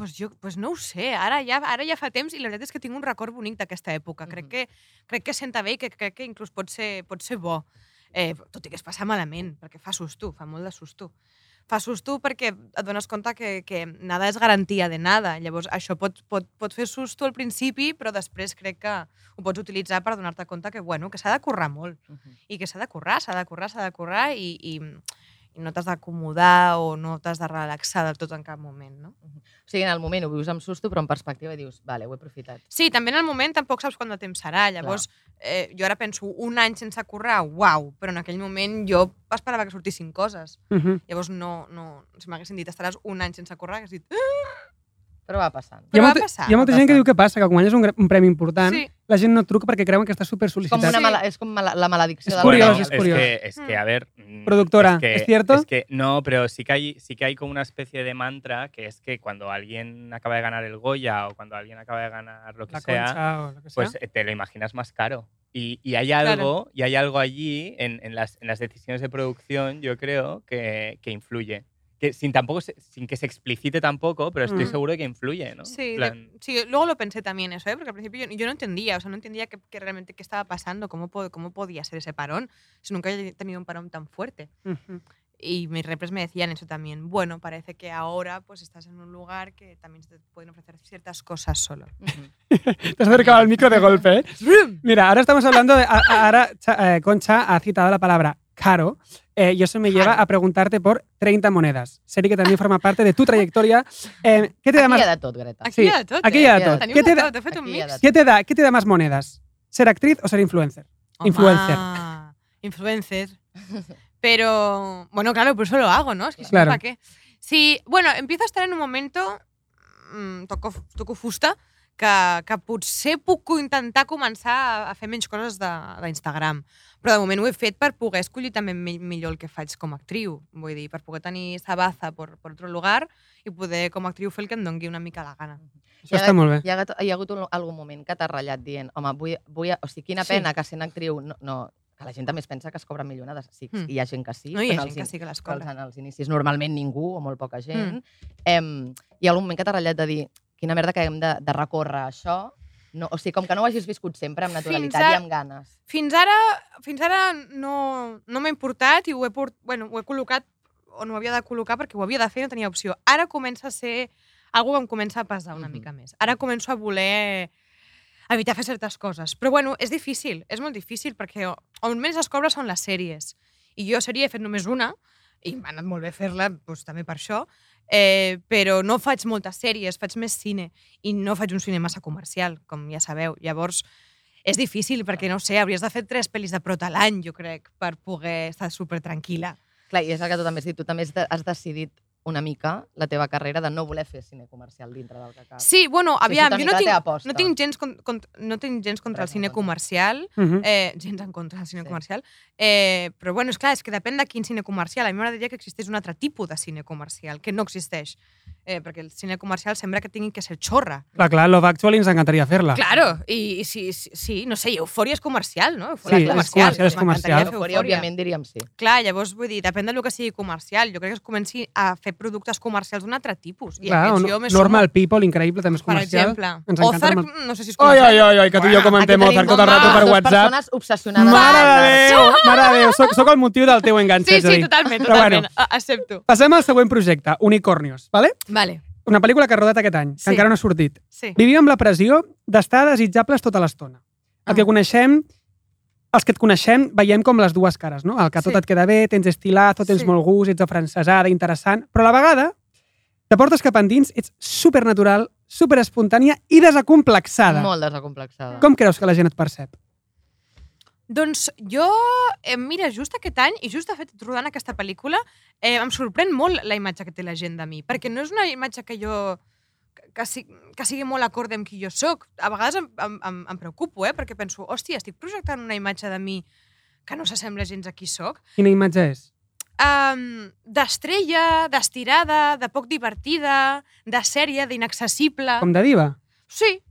Speaker 7: Pues jo pues no ho sé, ara ja, ara ja fa temps i la veritat és que tinc un record bonic d'aquesta època. Crec,
Speaker 3: Mhm.
Speaker 7: que, crec que senta bé i que crec que inclús pot ser, pot ser bo. Eh, tot i que es passa malament, perquè fa susto, fa molt de susto. Fa susto perquè et dones compte que, que nada és garantia de nada. Llavors, això pot, pot, pot fer susto al principi, però després crec que ho pots utilitzar per donar-te compte que, bueno, que s'ha de currar molt i que s'ha de currar, s'ha de currar, s'ha de currar i, i, i no t'has d'acomodar o no t'has de relaxar del tot en cap moment, no?
Speaker 3: O sigui, en el moment ho vius amb susto, però en perspectiva dius, vale, ho he aprofitat.
Speaker 7: Sí, també en el moment tampoc saps quant de temps serà, llavors eh, jo ara penso un any sense currar, uau, però en aquell moment jo esperava que sortissin coses.
Speaker 2: Mhm.
Speaker 7: Llavors no, no, si m'haguessin dit estaràs un any sense currar, hagués dit, "Ah,
Speaker 3: Però va passant.
Speaker 7: però
Speaker 2: Hi ha,
Speaker 7: va
Speaker 2: molta,
Speaker 7: passar.
Speaker 2: hi ha molta
Speaker 7: va
Speaker 2: gent que
Speaker 7: passar.
Speaker 2: diu que passa, que quan guanyes un, gra- un premi important,
Speaker 7: Sí.
Speaker 2: la gent no et truca perquè creuen que està super
Speaker 3: És com,
Speaker 2: sol·licitat.
Speaker 3: una
Speaker 7: Sí.
Speaker 3: mala, és com mala, la maledicció
Speaker 2: És
Speaker 3: de la
Speaker 2: curioso,
Speaker 3: reina.
Speaker 2: es curioso.
Speaker 4: que, es que, a ver. mm,
Speaker 2: Productora, ¿es cierto?
Speaker 4: Es que no, pero sí que, hay, sí que hay como una especie de mantra que es que cuando alguien acaba de ganar el Goya o cuando alguien acaba de ganar lo que
Speaker 2: La
Speaker 4: sea,
Speaker 2: concha o lo que sea.
Speaker 4: pues eh, te lo imaginas más caro. Y, y hay
Speaker 7: Claro.
Speaker 4: algo, y hay algo allí en, en las, en las decisiones de producción, yo creo, que, que influye. Que sin, tampoco se- sin que se explicite tampoco, pero estoy
Speaker 7: Mm.
Speaker 4: seguro de que influye, ¿no?
Speaker 7: Sí, de-
Speaker 4: En plan,
Speaker 7: sí, luego lo pensé también eso, ¿eh? porque al principio yo, yo no entendía, o sea, no entendía que, que realmente qué estaba pasando, cómo, po- cómo podía ser ese parón, si nunca había tenido un parón tan fuerte.
Speaker 2: Ujú.
Speaker 7: Y mis repres me decían eso también. Bueno, parece que ahora pues estás en un lugar que también se te pueden ofrecer ciertas cosas solo.
Speaker 3: Mm.
Speaker 2: Te has acercado al micro de golpe. ¿eh? Mira, ahora estamos hablando de. a- a- Ahora Cha- eh, Concha ha citado la palabra caro. eh, y eso me lleva
Speaker 7: Caro.
Speaker 2: a preguntarte por 30 monedas, serie que también forma parte de tu trayectoria. Eh, ¿Qué te da
Speaker 3: Aquí hi
Speaker 2: más?
Speaker 3: ha de tot, Greta.
Speaker 7: Aquí ya tot,
Speaker 2: aquí
Speaker 7: eh?
Speaker 2: ya
Speaker 3: de tot.
Speaker 7: Tenim
Speaker 2: ¿Qué
Speaker 7: de
Speaker 2: te da-
Speaker 7: tot, he fet un
Speaker 3: aquí ya de
Speaker 7: mix.
Speaker 2: ¿Qué te da, qué te da más monedas? ¿Ser actriz o ser influencer? Influencer.
Speaker 7: Home, Ah, Influencer. Pero, bueno, claro, por eso lo hago, ¿no? Es que si no,
Speaker 2: Claro.
Speaker 7: ¿para qué? Sí, bueno, empiezo a estar en un momento, mm, toco, toco fusta, que, que potser puc intentar començar a- a fer menys coses de- d'Instagram. Però de moment ho he fet per poder escollir també mi- millor el que faig com a actriu. Vull dir, per poder tenir esa baza per, per otro lugar i poder com a actriu fer el que em dongui una mica la gana.
Speaker 2: Això està molt bé.
Speaker 3: Hi ha, hagut- hi ha hagut un, algun moment que t'ha ratllat dient, home, vull, vull, o sigui, quina
Speaker 2: Sí.
Speaker 3: pena que sent actriu... No, no, que la gent també es pensa que es cobra millor una de sí,
Speaker 7: Mm.
Speaker 3: hi ha gent que sí,
Speaker 7: No hi
Speaker 3: però
Speaker 7: ha
Speaker 3: en
Speaker 7: gent
Speaker 3: els
Speaker 7: que sí que
Speaker 3: Doncs
Speaker 7: les cobra.
Speaker 3: en els inicis normalment ningú o molt poca gent. Mm. Em, hi ha algun moment que t'ha ratllat de dir quina merda que hem de, de recórrer això. No, o sigui, com que no ho hagis viscut sempre amb
Speaker 7: Fins
Speaker 3: naturalitat
Speaker 7: a-
Speaker 3: i amb ganes.
Speaker 7: Fins ara, fins ara no, no m'ha importat i ho he, port, bueno, ho he col·locat on ho havia de col·locar perquè ho havia de fer i no tenia opció. Ara comença a ser... Algú em comença a pesar una
Speaker 3: Mhm.
Speaker 7: mica més. Ara començo a voler evitar fer certes coses. Però bueno, és difícil, és molt difícil perquè o- on més es cobra són les sèries. I jo sèrie he fet només una i m'ha anat molt bé fer-la doncs, també per això, eh, però no faig moltes sèries, faig més cine i no faig un cine massa comercial, com ja sabeu. Llavors, és difícil perquè, no ho sé, hauries de fer tres pel·lis de prota a l'any, jo crec, per poder estar super tranquil·la.
Speaker 3: Clar, i és el que tu també has dit, tu també has de- has decidit una mica la teva carrera de no voler fer cine comercial dintre del que cap.
Speaker 7: Sí, bueno,
Speaker 3: és
Speaker 7: aviam,
Speaker 3: una
Speaker 7: jo
Speaker 3: mica
Speaker 7: no
Speaker 3: la
Speaker 7: tinc,
Speaker 3: teva aposta.
Speaker 7: no tinc gens, con, con, no tinc gens contra
Speaker 3: Res en
Speaker 7: el cine
Speaker 3: contra. Mm.
Speaker 7: comercial,
Speaker 2: Ujú.
Speaker 7: eh, gens en contra del cine
Speaker 3: Sí.
Speaker 7: comercial, eh, però bueno, és clar, és que depèn de quin cine comercial. A mi m'agradaria que existís un altre tipus de cine comercial, que no existeix, eh, perquè el cine comercial sembla que tingui que ser xorra.
Speaker 2: La Clara Love Actually ens encantaría
Speaker 3: Ah.
Speaker 2: hacerla.
Speaker 7: Claro, i, i sí, sí, sí, no sé, Eufòria és comercial, no? Eufòria
Speaker 2: Sí, és comercial, és comercial.
Speaker 7: M'encantaria fer
Speaker 3: Eufòria, òbviament, diríem sí.
Speaker 7: Clar, llavors, vull dir, depèn del que sigui comercial. Jo crec que es comenci a fer productes comercials d'un altre tipus. I
Speaker 2: Claro,
Speaker 7: aquests
Speaker 2: no-
Speaker 7: me sumo,
Speaker 2: Normal People, increíble, también es
Speaker 7: Per
Speaker 2: comercial.
Speaker 7: exemple,
Speaker 2: ens encanta
Speaker 7: Ozark,
Speaker 2: molt.
Speaker 7: no sé si és
Speaker 2: Ay,
Speaker 7: comercial.
Speaker 2: ay, ay, ay, que tú y yo comentem
Speaker 3: Aquí tenim
Speaker 2: Ozark tot el
Speaker 3: com
Speaker 2: rato per
Speaker 3: dues
Speaker 2: WhatsApp.
Speaker 3: persones obsessionades.
Speaker 2: Mare de Déu, mare de Déu. Soc, soc el motiu del teu enganxe,
Speaker 7: Sí, sí,
Speaker 2: Jodi.
Speaker 7: totalment,
Speaker 2: Però
Speaker 7: totalment.
Speaker 2: bueno.
Speaker 7: Bueno. Accepto.
Speaker 2: Passem al següent projecte, Unicornios, vale?
Speaker 7: Vale,
Speaker 2: una pel·lícula que ha rodat aquest any, que
Speaker 7: Sí.
Speaker 2: encara no ha sortit.
Speaker 7: sí.
Speaker 2: Vivim amb la pressió d'estar desitjables tota l'estona. El
Speaker 7: Ah.
Speaker 2: que coneixem, els que et coneixem, veiem com les dues cares, no? El que tot
Speaker 7: Sí.
Speaker 2: et queda bé, tens estilazo, tens
Speaker 7: Sí.
Speaker 2: molt gust, ets afrancesada, interessant, però a la vegada te portes cap endins, ets supernatural, superespontània i desacomplexada.
Speaker 3: Molt desacomplexada.
Speaker 2: Com creus que la gent et percep?
Speaker 7: Doncs jo, eh, mira, just aquest any, i just de fet rodant aquesta pel·lícula, eh, em sorprèn molt la imatge que té la gent de mi, perquè no és una imatge que jo que, si- que sigui molt acorde amb qui jo sóc. A vegades em, em, em, em preocupo, eh? perquè penso, hòstia, estic projectant una imatge de mi que no s'assembla gens a qui sóc.
Speaker 2: Quina imatge és?
Speaker 7: um, d'estrella, d'estirada, de poc divertida, de sèrie, d'inaccessible.
Speaker 2: Com de diva?
Speaker 7: Sí.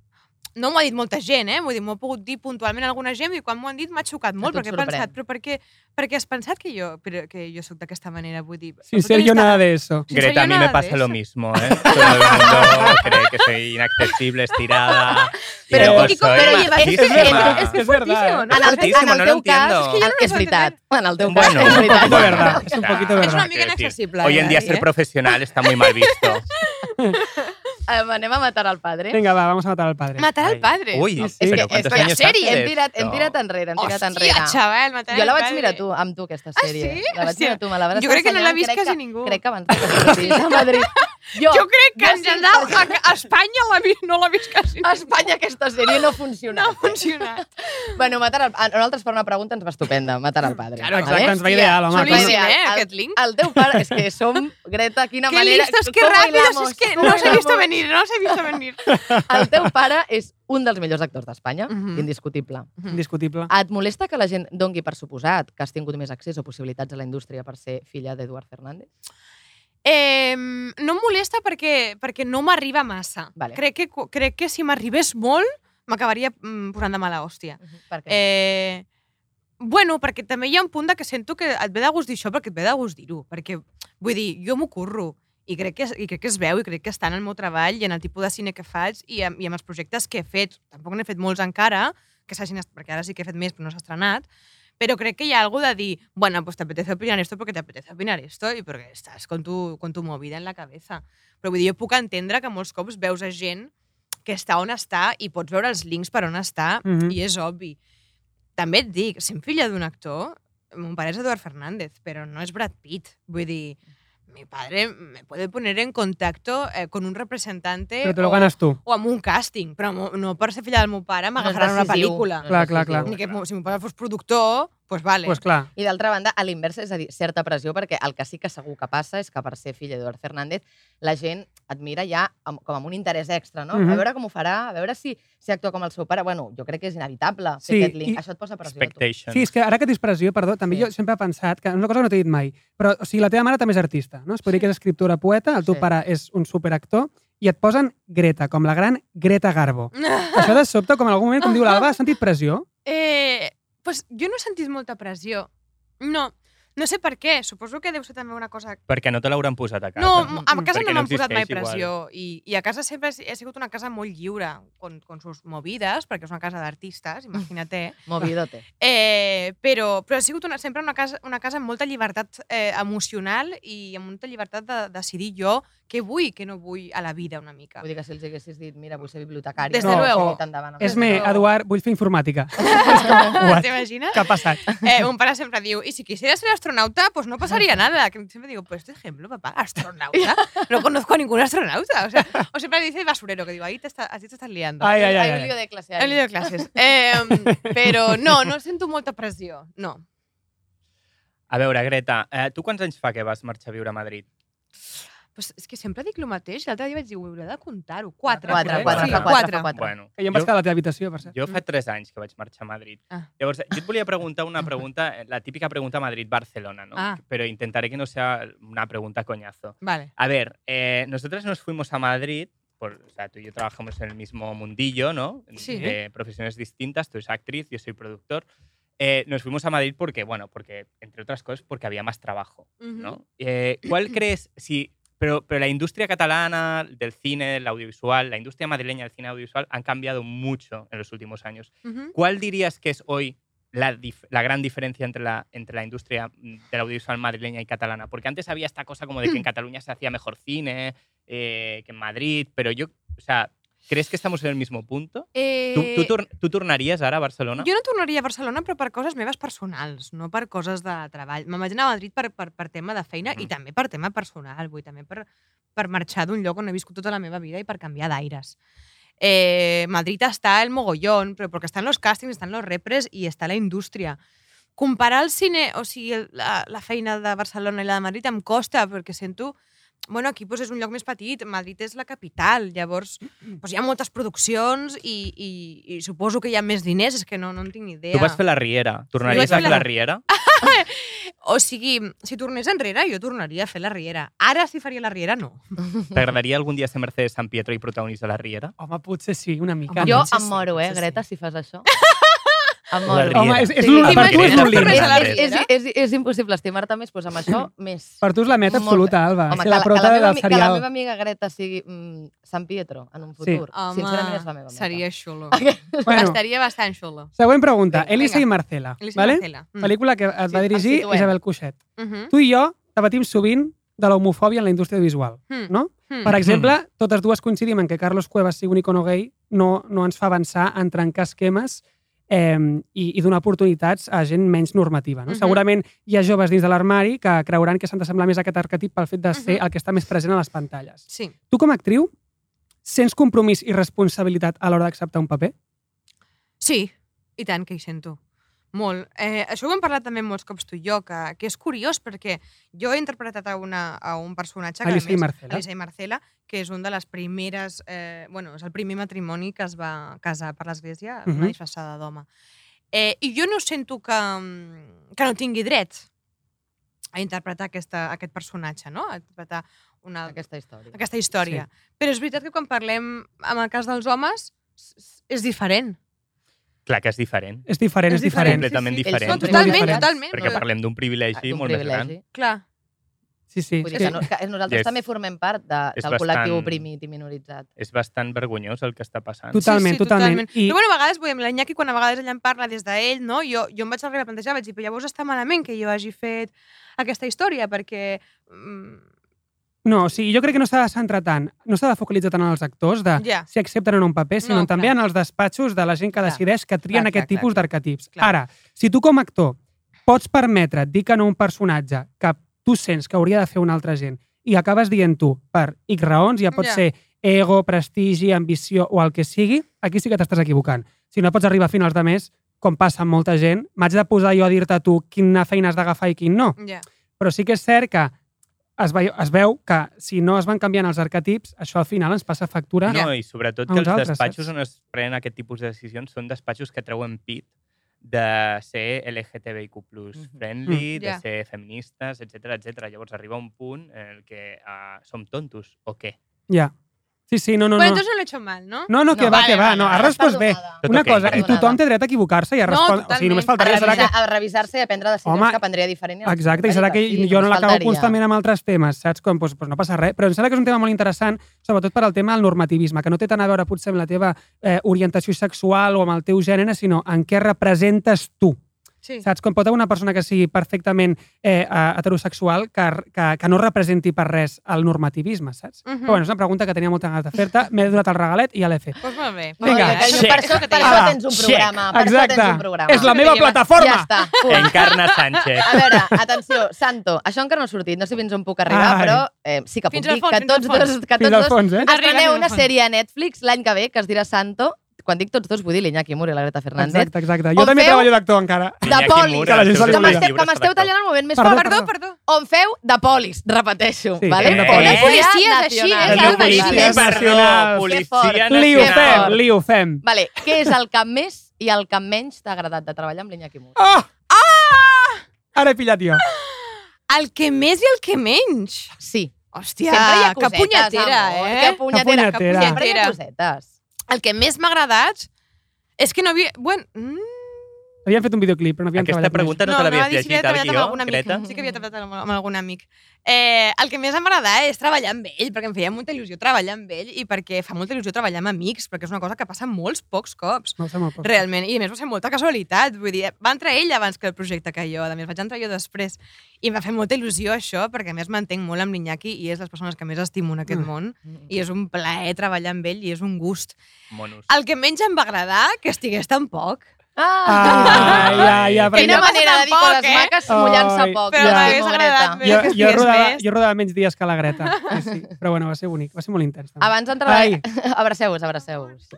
Speaker 7: No m'ho ha dit molta gent, eh? M'ho ha dit- m'ho ha pogut dir puntualment alguna gent i quan m'ho han dit m'ha xocat molt
Speaker 3: tu et
Speaker 7: perquè he
Speaker 3: sorprèn.
Speaker 7: pensat, però per què, per què has pensat que jo, però, que jo sóc d'aquesta manera? Vull dir...
Speaker 2: Sin ser yo nada de eso.
Speaker 7: Sin ser
Speaker 4: Greta,
Speaker 7: yo
Speaker 4: a mí
Speaker 7: nada
Speaker 4: me
Speaker 7: de
Speaker 4: pasa
Speaker 7: eso.
Speaker 4: lo mismo, ¿eh? Todo el mundo cree que soy inaccesible, estirada. y
Speaker 3: Pero,
Speaker 4: luego
Speaker 7: Kiko,
Speaker 4: soy
Speaker 7: pero llevas-
Speaker 4: machisma.
Speaker 7: Es verdad,
Speaker 2: es verdad.
Speaker 3: En el,
Speaker 4: Fortíssim,
Speaker 3: en el
Speaker 4: no
Speaker 3: teu cas,
Speaker 4: l'entiendo.
Speaker 3: és, que jo no Ah, és
Speaker 7: puedo
Speaker 3: veritat. En el teu cas, és
Speaker 4: Bueno, un
Speaker 2: Un poquito
Speaker 3: veritat.
Speaker 2: verdad, es un poquito
Speaker 7: Es una
Speaker 2: verdad.
Speaker 7: amiga
Speaker 4: Quiero decir,
Speaker 7: inaccesible,
Speaker 4: Hoy en día
Speaker 7: ahí,
Speaker 4: ser
Speaker 7: ¿eh?
Speaker 4: profesional está muy mal visto.
Speaker 3: Eh, anem a matar al padre.
Speaker 2: Venga, va, vamos a matar al padre.
Speaker 7: Matar al padre.
Speaker 4: Uy,
Speaker 2: Sí.
Speaker 4: pero
Speaker 2: Es que-
Speaker 4: ¿cuántos
Speaker 3: espera,
Speaker 4: años
Speaker 7: serie,
Speaker 4: hace
Speaker 3: Hem
Speaker 4: de
Speaker 3: tirat, hem
Speaker 4: esto?
Speaker 3: tirat enrere, hem tirat
Speaker 7: Hòstia,
Speaker 3: enrere.
Speaker 7: xaval, matar
Speaker 3: Jo la
Speaker 7: al
Speaker 3: vaig
Speaker 7: padre.
Speaker 3: mirar tu, amb tu, aquesta
Speaker 7: Ah,
Speaker 3: sèrie.
Speaker 7: sí?
Speaker 3: La vaig
Speaker 7: Hòstia.
Speaker 3: mirar tu, me la vas
Speaker 7: Jo crec que no l'ha
Speaker 3: ensenyar,
Speaker 7: vist
Speaker 3: crec
Speaker 7: quasi
Speaker 3: que-
Speaker 7: ningú.
Speaker 3: Crec que abans que sortís a Madrid. Jo,
Speaker 7: Jo crec que
Speaker 3: jo
Speaker 7: en
Speaker 3: sí,
Speaker 7: general a, a Espanya la vi, no l'ha vist quasi.
Speaker 3: a Espanya aquesta sèrie no funciona.
Speaker 7: No ha funcionat.
Speaker 3: Bueno, matar al... a nosaltres per una pregunta ens va estupenda, matar al padre.
Speaker 2: Claro, exacte, ens va ideal, home.
Speaker 3: Solís,
Speaker 2: clar.
Speaker 7: Boníssim, eh,
Speaker 3: El-
Speaker 7: aquest link.
Speaker 3: El teu pare, és que som, Greta, quina
Speaker 7: Que
Speaker 3: manera...
Speaker 7: listos, que
Speaker 3: com
Speaker 7: ràpidos,
Speaker 3: bailamos,
Speaker 7: és que
Speaker 3: com
Speaker 7: no s'ha vist
Speaker 3: bailamos.
Speaker 7: venir, no s'ha vist venir.
Speaker 3: El teu pare és un dels millors actors d'Espanya,
Speaker 7: Mhm.
Speaker 3: indiscutible.
Speaker 2: Indiscutible.
Speaker 3: Et molesta que la gent dongui per suposat que has tingut més accés o possibilitats a la indústria per ser filla d'Eduard Fernández?
Speaker 7: Eh, no em molesta perquè, perquè no m'arriba massa.
Speaker 3: Vale.
Speaker 7: Crec, que, cu- crec que si m'arribés molt, m'acabaria mm, posant de mala hòstia.
Speaker 3: Per què?
Speaker 7: Eh, bueno, perquè també hi ha un punt de que sento que et ve de gust dir això perquè et ve de gust dir-ho. Perquè, vull dir, jo m'ho curro i crec, que, es- i crec que es veu i crec que està en el meu treball i en el tipus de cine que faig i amb, i amb els projectes que he fet. Tampoc n'he fet molts encara, que s'hagin est- perquè ara sí que he fet més però no s'ha estrenat, però crec que hi ha algo de dir, bueno, pues te apetece opinar esto porque te apetece opinar esto y porque estás con tu, con tu movida en la cabeza. Però vull dir, jo puc entendre que molts cops veus a gent que està on està i pots veure els links per on està
Speaker 2: Mhm.
Speaker 7: i és obvi. També et dic, sent filla d'un actor, mon pare és Eduard Fernández, però no és Brad Pitt. Vull dir, mi padre me puede poner en contacto eh, con un
Speaker 3: E
Speaker 7: representante
Speaker 2: Pero te lo
Speaker 7: o-
Speaker 2: ganas tú.
Speaker 7: o amb un càsting, però mo- no per ser filla del meu pare m'agafaran
Speaker 3: No
Speaker 7: no
Speaker 3: és
Speaker 7: una
Speaker 3: Doncs decisiu.
Speaker 7: pel·lícula.
Speaker 3: No és
Speaker 2: Clar, clar,
Speaker 3: decisiu.
Speaker 2: clar.
Speaker 7: Ni que mo- si meu pare fos productor, pues vale.
Speaker 2: Pues clar.
Speaker 3: I d'altra banda, a l'inversa, és a dir, certa pressió, perquè el que sí que segur que passa és que per ser filla d'Eduard Fernández la gent et mira ja amb, com amb un interès extra, no?
Speaker 2: Mhm.
Speaker 3: A veure com ho farà, a veure si, si actua com el seu pare. Bueno, jo crec que és inevitable fer
Speaker 2: Sí,
Speaker 3: aquest link.
Speaker 2: i-
Speaker 3: Això et posa pressió a tu.
Speaker 4: Expectations.
Speaker 2: Sí, és que ara que tens pressió, perdó, també
Speaker 3: Sí.
Speaker 2: jo sempre he pensat que una cosa que no t'he dit mai, però o sigui, la teva mare també és artista, no? Es podria dir que és escriptora, poeta, el teu
Speaker 3: Sí.
Speaker 2: pare és un superactor, i et posen Greta, com la gran Greta Garbo. Això de sobte, com en algun moment, com diu l'Alba, has sentit pressió?
Speaker 7: Eh, pues jo no he sentit molta pressió. No. No sé per què, suposo que deu ser també una cosa...
Speaker 4: Perquè no te l'hauran posat a casa.
Speaker 7: No,
Speaker 2: Mm,
Speaker 7: a
Speaker 2: mm.
Speaker 7: casa
Speaker 4: Ah, Perquè no
Speaker 7: no m'han posat mai
Speaker 4: existeix igual.
Speaker 7: pressió i, i a casa sempre ha sigut una casa molt lliure, con, con sus movides, perquè és una casa d'artistes,
Speaker 4: Mm.
Speaker 7: imagina't.
Speaker 3: Movidote.
Speaker 7: Eh, però, però ha sigut una, sempre una casa, una casa amb molta llibertat eh, emocional i amb molta llibertat de, decidir jo què vull i què no vull a la vida una mica.
Speaker 3: Vull dir que si els haguessis dit, mira, vull ser bibliotecari.
Speaker 7: Des
Speaker 2: de luego.
Speaker 3: Endavant, amb
Speaker 2: És
Speaker 3: això.
Speaker 2: me,
Speaker 7: Però-
Speaker 2: Eduard, vull fer informàtica. What?
Speaker 7: T'imagines?
Speaker 2: Què ha passat?
Speaker 7: Eh, mon pare sempre diu, y si quisiera ser astronauta, pues no pasaría nada. Que siempre digo, pues este ejemplo, papá, astronauta. No conozco a ningún astronauta. O, sea, o siempre dice basurero, que digo, ahí te, está, así te estás liando.
Speaker 2: Ai, ai, ai.
Speaker 3: Hay un lío
Speaker 2: ai.
Speaker 3: de clase
Speaker 7: He
Speaker 3: ahí.
Speaker 7: leído clases. Eh, però no, no sento molta pressió. No.
Speaker 4: A veure, Greta, eh, tu quants anys fa que vas marxar a viure a Madrid?
Speaker 7: Pues és que sempre dic el mateix. L'altre dia vaig dir, ho hauré de comptar-ho. Quatre.
Speaker 3: Quatre,
Speaker 7: crec.
Speaker 4: quatre,
Speaker 7: sí,
Speaker 4: fa
Speaker 3: quatre, fa quatre.
Speaker 4: Bueno,
Speaker 2: Que jo em vaig
Speaker 4: jo,
Speaker 2: quedar a la teva habitació, per cert.
Speaker 4: jo fa 3 anys que vaig marxar a Madrid.
Speaker 7: Ah.
Speaker 4: Llavors, jo et volia preguntar una pregunta, eh, la típica pregunta Madrid-Barcelona, ¿no?
Speaker 7: Ah.
Speaker 4: Pero intentaré que no sea una pregunta coñazo.
Speaker 7: Vale.
Speaker 4: A ver, eh, nosotros nos fuimos a Madrid, por- o sea, tú y yo trabajamos en el mismo mundillo, ¿no?
Speaker 7: Sí.
Speaker 4: De profesiones distintas, tú eres actriz, yo soy productor. Eh, nos fuimos a Madrid porque, bueno, porque, entre otras cosas, porque había más trabajo, ¿no? Eh, ¿Cuál crees, si, pero, pero la industria catalana del cine, del audiovisual, la industria madrileña del cine audiovisual han cambiado mucho en los últimos años.
Speaker 7: Ujú.
Speaker 4: ¿Cuál dirías que es hoy la, dif- la gran diferencia entre la, entre la industria mm, del audiovisual madrileña y catalana? Porque antes había esta cosa como de que en Cataluña se hacía mejor cine eh, que en Madrid, pero yo, o sea, ¿crees que estamos en el mismo punto? ¿Tú, tú,
Speaker 7: Eh,
Speaker 4: tor- tú tornarías ahora a Barcelona?
Speaker 7: Jo no tornaria a Barcelona, però per coses meves personals, no per coses de treball. M'imagino a Madrid per, per, per tema de feina
Speaker 4: Mhm.
Speaker 7: i també per tema personal, vull dir, també per, per marxar d'un lloc on he viscut tota la meva vida i per canviar d'aires. Eh, Madrid està el mogollón, però perquè estan los càstings, estan los repres i està la indústria. Comparar el cine, o sigui, el- la, la feina de Barcelona i la de Madrid em costa, perquè sento bueno, aquí pues, és un lloc més petit, Madrid és la capital, llavors pues, hi ha moltes produccions i, i, i suposo que hi ha més diners, és que no, no en tinc ni idea.
Speaker 4: Tú vas a la Riera. ¿Tornarías
Speaker 7: Jo vaig
Speaker 4: a
Speaker 7: fer
Speaker 4: la
Speaker 7: la-
Speaker 4: Riera?
Speaker 7: O sigui, si tornés enrere, jo tornaria a fer la Riera. Ara, si faria la Riera, no.
Speaker 4: ¿Te algún día ser Mercedes San Pietro y protagonista de la Riera?
Speaker 2: Home, potser sí, una mica.
Speaker 7: Home,
Speaker 2: no?
Speaker 3: Jo
Speaker 7: Sí,
Speaker 3: em
Speaker 7: sí,
Speaker 3: moro, eh,
Speaker 7: sí, sí.
Speaker 3: Greta, si fas això. Em
Speaker 4: La
Speaker 3: moro.
Speaker 4: Riera.
Speaker 2: Home, és, és,
Speaker 3: Sí.
Speaker 2: l'últim- per tu és
Speaker 4: T'imagines
Speaker 2: l'últim.
Speaker 4: tornar a la
Speaker 3: És,
Speaker 4: Riera?
Speaker 3: és, és, és impossible estimar-te més, doncs amb això, més.
Speaker 2: Per tu és la meta
Speaker 3: Molt bé.
Speaker 2: absoluta, Alba.
Speaker 3: Home,
Speaker 2: és la prota
Speaker 3: meva,
Speaker 2: del
Speaker 3: ami- que la
Speaker 2: serial.
Speaker 3: meva amiga Greta sigui mm, Sant Pietro en un
Speaker 2: Sí.
Speaker 3: futur. Sincerament és la meva meta.
Speaker 7: seria xulo.
Speaker 2: Bueno,
Speaker 7: Estaria bastant xulo.
Speaker 2: següent pregunta.
Speaker 7: Vinga,
Speaker 2: Elisa
Speaker 7: vinga.
Speaker 2: i Marcela.
Speaker 7: Elisa
Speaker 2: Vale?
Speaker 7: Marcela. Mm.
Speaker 2: Pel·lícula que et va
Speaker 3: Sí,
Speaker 2: dirigir
Speaker 3: ens situem.
Speaker 2: Isabel Cuixet.
Speaker 7: Mhm.
Speaker 2: Tu i jo debatim sovint de la homofòbia en la indústria visual.
Speaker 7: Mm.
Speaker 2: no?
Speaker 7: Mm.
Speaker 2: Per exemple, totes dues coincidim en que Carlos Cuevas sigui un icono gay no, no ens fa avançar en trencar esquemes eh, i, i donar oportunitats a gent menys normativa. No?
Speaker 3: Mm-hmm.
Speaker 7: Mhm.
Speaker 2: Segurament hi ha joves dins de l'armari que creuran que s'han de semblar més a aquest arquetip pel fet de
Speaker 3: Mm-hmm.
Speaker 2: ser
Speaker 7: Mhm.
Speaker 2: el que està més present a les pantalles.
Speaker 7: Sí.
Speaker 2: Tu com a actriu sents compromís i responsabilitat a l'hora d'acceptar un paper?
Speaker 7: Sí, i tant que hi sento. Molt. Eh, això ho hem parlat també molts cops tu i jo, que, que és curiós perquè jo he interpretat a, una, a un personatge que,
Speaker 2: Alicia i
Speaker 7: a més,
Speaker 2: Marcela.
Speaker 7: Alisa i Marcela, que és un de les primeres... Eh, bueno, és el primer matrimoni que es va casar per l'Església, uh -huh.
Speaker 2: Mhm.
Speaker 7: una disfressada d'home. Eh, I jo no sento que, mm, que no tingui dret a interpretar aquesta, aquest personatge, no? A interpretar una,
Speaker 3: Aquesta història.
Speaker 7: aquesta història. Sí. Però és veritat que quan parlem, en el cas dels homes, s- s- és diferent.
Speaker 4: Clar que és diferent.
Speaker 2: És diferent, és,
Speaker 7: És
Speaker 2: diferent.
Speaker 7: diferent.
Speaker 4: Completament
Speaker 7: sí,
Speaker 3: sí.
Speaker 4: diferent.
Speaker 7: No,
Speaker 3: Ells són
Speaker 7: totalment,
Speaker 2: diferents. Ah,
Speaker 7: totalment.
Speaker 4: Perquè parlem d'un privilegi
Speaker 3: D'un
Speaker 4: molt més gran.
Speaker 3: Ah, privilegi.
Speaker 7: Clar.
Speaker 2: Sí, sí.
Speaker 3: Vull
Speaker 2: sí.
Speaker 3: dir que, no, que nosaltres
Speaker 4: Yes.
Speaker 3: també formem part de,
Speaker 4: És
Speaker 3: del col·lectiu
Speaker 4: bastant-
Speaker 3: oprimit i minoritzat.
Speaker 4: és bastant vergonyós el que està passant.
Speaker 2: Tu- Totalment, totalment.
Speaker 7: I...
Speaker 2: I-
Speaker 7: Però bueno, a vegades, vull dir, amb l'Iñaki, quan a vegades ella en parla des d'ell, no? jo, jo em vaig arribar a plantejar, vaig dir, però llavors està malament que jo hagi fet aquesta història, perquè... Mm,
Speaker 2: No, o sigui, jo crec que no s'ha de centrar tant, no s'ha de focalitzar tant en els actors de
Speaker 7: Ja.
Speaker 2: si accepten o no un paper, sinó
Speaker 7: No,
Speaker 2: no, també
Speaker 7: clar.
Speaker 2: en els despatxos de la gent que
Speaker 7: Clar.
Speaker 2: decideix que trien
Speaker 7: Clar,
Speaker 2: aquest
Speaker 7: clar,
Speaker 2: tipus
Speaker 7: clar,
Speaker 2: d'arquetips.
Speaker 7: clar.
Speaker 2: Ara, si tu com a actor pots permetre dir que no a un personatge que tu sents que hauria de fer una altra gent i acabes dient tu per X raons, ja pot
Speaker 7: Ja.
Speaker 2: ser ego, prestigi, ambició o el que sigui, aquí sí que t'estàs equivocant. Si no pots arribar a finals de mes, com passa amb molta gent, m'haig de posar jo a dir-te a tu quina feina has d'agafar i quin no
Speaker 7: ja.
Speaker 2: però sí que és cert que es, veu, es veu que si no es van canviant els arquetips, això al final ens passa factura.
Speaker 4: No, i sobretot
Speaker 2: A
Speaker 4: que els
Speaker 2: nosaltres,
Speaker 4: despatxos
Speaker 2: saps?
Speaker 4: on es prenen aquest tipus de decisions són despatxos que treuen pit de ser LGTBIQ+,
Speaker 3: Mhm.
Speaker 4: friendly,
Speaker 7: Mm.
Speaker 4: de
Speaker 7: Ja.
Speaker 4: ser ah, feministes, etc etc. Llavors arriba un punt en el que uh, som tontos, o què?
Speaker 2: Ja. Sí, sí, no, no,
Speaker 7: bueno,
Speaker 2: no.
Speaker 7: entonces no l'he hecho mal, no?
Speaker 2: No, no, que
Speaker 3: No,
Speaker 2: va,
Speaker 3: vale,
Speaker 2: que va.
Speaker 3: vale,
Speaker 2: no,
Speaker 3: vale,
Speaker 2: a Rastos
Speaker 3: està
Speaker 2: bé.
Speaker 3: donada.
Speaker 4: Tot
Speaker 2: Una
Speaker 4: ok.
Speaker 2: cosa, i
Speaker 3: Perdonada.
Speaker 2: tothom té dret a equivocar-se i a
Speaker 7: No,
Speaker 2: respondre. o sigui, només
Speaker 7: totalment.
Speaker 2: faltaria.
Speaker 3: A,
Speaker 2: Serà
Speaker 3: revisar,
Speaker 2: que...
Speaker 3: a revisar-se i aprendre decisions
Speaker 2: Home,
Speaker 3: que prendria diferent. i les
Speaker 2: Exacte, i serà que
Speaker 3: prendria, sí,
Speaker 2: jo no
Speaker 3: només
Speaker 2: l'acabo
Speaker 3: faltaria.
Speaker 2: constantment amb altres temes, saps? Com, doncs, doncs no passa res. Però em sembla que és un tema molt interessant, sobretot per al tema del normativisme, que no té tant a veure potser amb la teva eh, orientació sexual o amb el teu gènere, sinó en què representes tu.
Speaker 7: Sí.
Speaker 2: Saps? Com pot haver una persona que sigui perfectament eh, eh, heterosexual que, que, que no representi per res el normativisme, saps?
Speaker 7: Mhm.
Speaker 2: Però bueno, és una pregunta que tenia molta ganes de fer-te, m'he donat el regalet i ja l'he fet.
Speaker 7: Pues molt bé.
Speaker 2: Vinga,
Speaker 3: Molt bé, per
Speaker 7: això-
Speaker 4: check.
Speaker 3: això,
Speaker 7: això que
Speaker 3: per
Speaker 7: te
Speaker 3: això
Speaker 2: Ah,
Speaker 3: tens un
Speaker 4: check.
Speaker 3: programa. Per això
Speaker 2: Exacte.
Speaker 3: tens un programa.
Speaker 2: És la
Speaker 7: Això
Speaker 2: meva
Speaker 7: que llevas-
Speaker 2: plataforma!
Speaker 3: Ja està. punt.
Speaker 4: Encarna Sánchez.
Speaker 3: A veure, atenció, Santo, això encara no ha sortit, no sé fins on puc arribar,
Speaker 2: Ai.
Speaker 3: però eh, sí que puc
Speaker 7: Fins al
Speaker 3: dir
Speaker 7: fons,
Speaker 3: que
Speaker 7: fins al
Speaker 3: tots
Speaker 7: fons.
Speaker 3: dos, que
Speaker 2: Fins
Speaker 3: tots
Speaker 2: al
Speaker 3: dos
Speaker 2: fons, eh?
Speaker 7: Arriba,
Speaker 3: estreneu
Speaker 7: arriba
Speaker 3: una
Speaker 7: al fons.
Speaker 3: sèrie a Netflix l'any que ve que es dirà Santo, quan dic tots dos vull dir l'Iñaki Mur i la Greta Fernández,
Speaker 2: Exacte, exacte. Jo
Speaker 3: On
Speaker 2: també
Speaker 3: feu-
Speaker 2: treballo d'actor encara.
Speaker 3: de
Speaker 4: Iñaki
Speaker 3: Polis.
Speaker 4: Mura,
Speaker 2: Que la gent
Speaker 4: els
Speaker 2: se li
Speaker 4: seus
Speaker 3: Com,
Speaker 2: oblida.
Speaker 4: llibres
Speaker 3: esteu, com
Speaker 4: per
Speaker 3: esteu
Speaker 4: actor.
Speaker 3: tallant el moment més
Speaker 2: Perdó,
Speaker 3: fort,
Speaker 7: Perdó, perdó.
Speaker 3: on feu de Polis, repeteixo,
Speaker 2: Sí,
Speaker 3: vale?
Speaker 2: hem de
Speaker 3: Polis.
Speaker 4: Polis.
Speaker 3: policia és així,
Speaker 7: Nacional.
Speaker 3: és
Speaker 7: Hem
Speaker 3: el
Speaker 7: de policia
Speaker 3: Polis.
Speaker 4: nacional.
Speaker 3: Que fort.
Speaker 4: Policia
Speaker 2: Li ho fem,
Speaker 4: nacional.
Speaker 2: li ho fem.
Speaker 3: Vale, què és el que més i el que menys t'ha agradat de treballar amb l'Iñaki Mur?
Speaker 2: Ah! Ara he pillat jo.
Speaker 7: El que més i el que menys.
Speaker 3: Sí,
Speaker 7: Hòstia,
Speaker 3: sempre hi ha
Speaker 7: que
Speaker 3: cosetes,
Speaker 7: punyetera,
Speaker 3: amor,
Speaker 7: eh?
Speaker 3: que punyetera,
Speaker 2: Que punyetera.
Speaker 3: sempre hi ha
Speaker 7: Punyetera.
Speaker 3: cosetes.
Speaker 7: El que més m'ha agradat és que no havia... Bueno, mm,
Speaker 2: Havíem fet un videoclip, però no havíem
Speaker 4: Aquesta
Speaker 2: treballat
Speaker 4: pregunta no, te
Speaker 7: va
Speaker 4: l'havies
Speaker 7: dir si
Speaker 4: llegit
Speaker 7: havia
Speaker 4: al
Speaker 7: treballat amb
Speaker 4: guió,
Speaker 7: algun amic.
Speaker 4: Greta?
Speaker 7: Sí que havia treballat amb, amb algun amic. Eh, el que més em va agradar és treballar amb ell, perquè em feia molta il·lusió treballar amb ell i perquè fa molta il·lusió treballar amb amics, perquè és una cosa que passa molts pocs cops.
Speaker 2: No ho sé molt poc.
Speaker 7: Realment, i a més va ser molta casualitat, vull dir, va entrar ell abans que el projecte que jo, a més vaig entrar jo després, i em va fer molta il·lusió això, perquè a més m'entenc molt amb l'Iñaki i és les persones que més estimo en aquest
Speaker 2: Mm.
Speaker 7: món, i és un plaer treballar amb ell i és un gust.
Speaker 4: Monos.
Speaker 7: El que menys em va agradar, que estigués tan poc,
Speaker 2: Ah, ja, ja,
Speaker 4: Quina
Speaker 2: però
Speaker 3: Quina
Speaker 2: ja-
Speaker 7: no passa
Speaker 3: manera de dir
Speaker 7: tampoc,
Speaker 3: coses
Speaker 7: eh?
Speaker 3: maques mullant-se
Speaker 2: Ai,
Speaker 3: poc.
Speaker 7: però
Speaker 2: Ja.
Speaker 7: m'hagués
Speaker 3: Greta.
Speaker 7: agradat més.
Speaker 2: jo,
Speaker 7: que
Speaker 2: jo,
Speaker 7: estigués
Speaker 2: rodava,
Speaker 7: més.
Speaker 2: jo rodava menys dies que la Greta. Sí, sí. Però bueno, va ser bonic, va ser molt intens. també.
Speaker 3: Abans d'entrar...
Speaker 2: Ai.
Speaker 3: Abraceu-vos, abraceu-vos.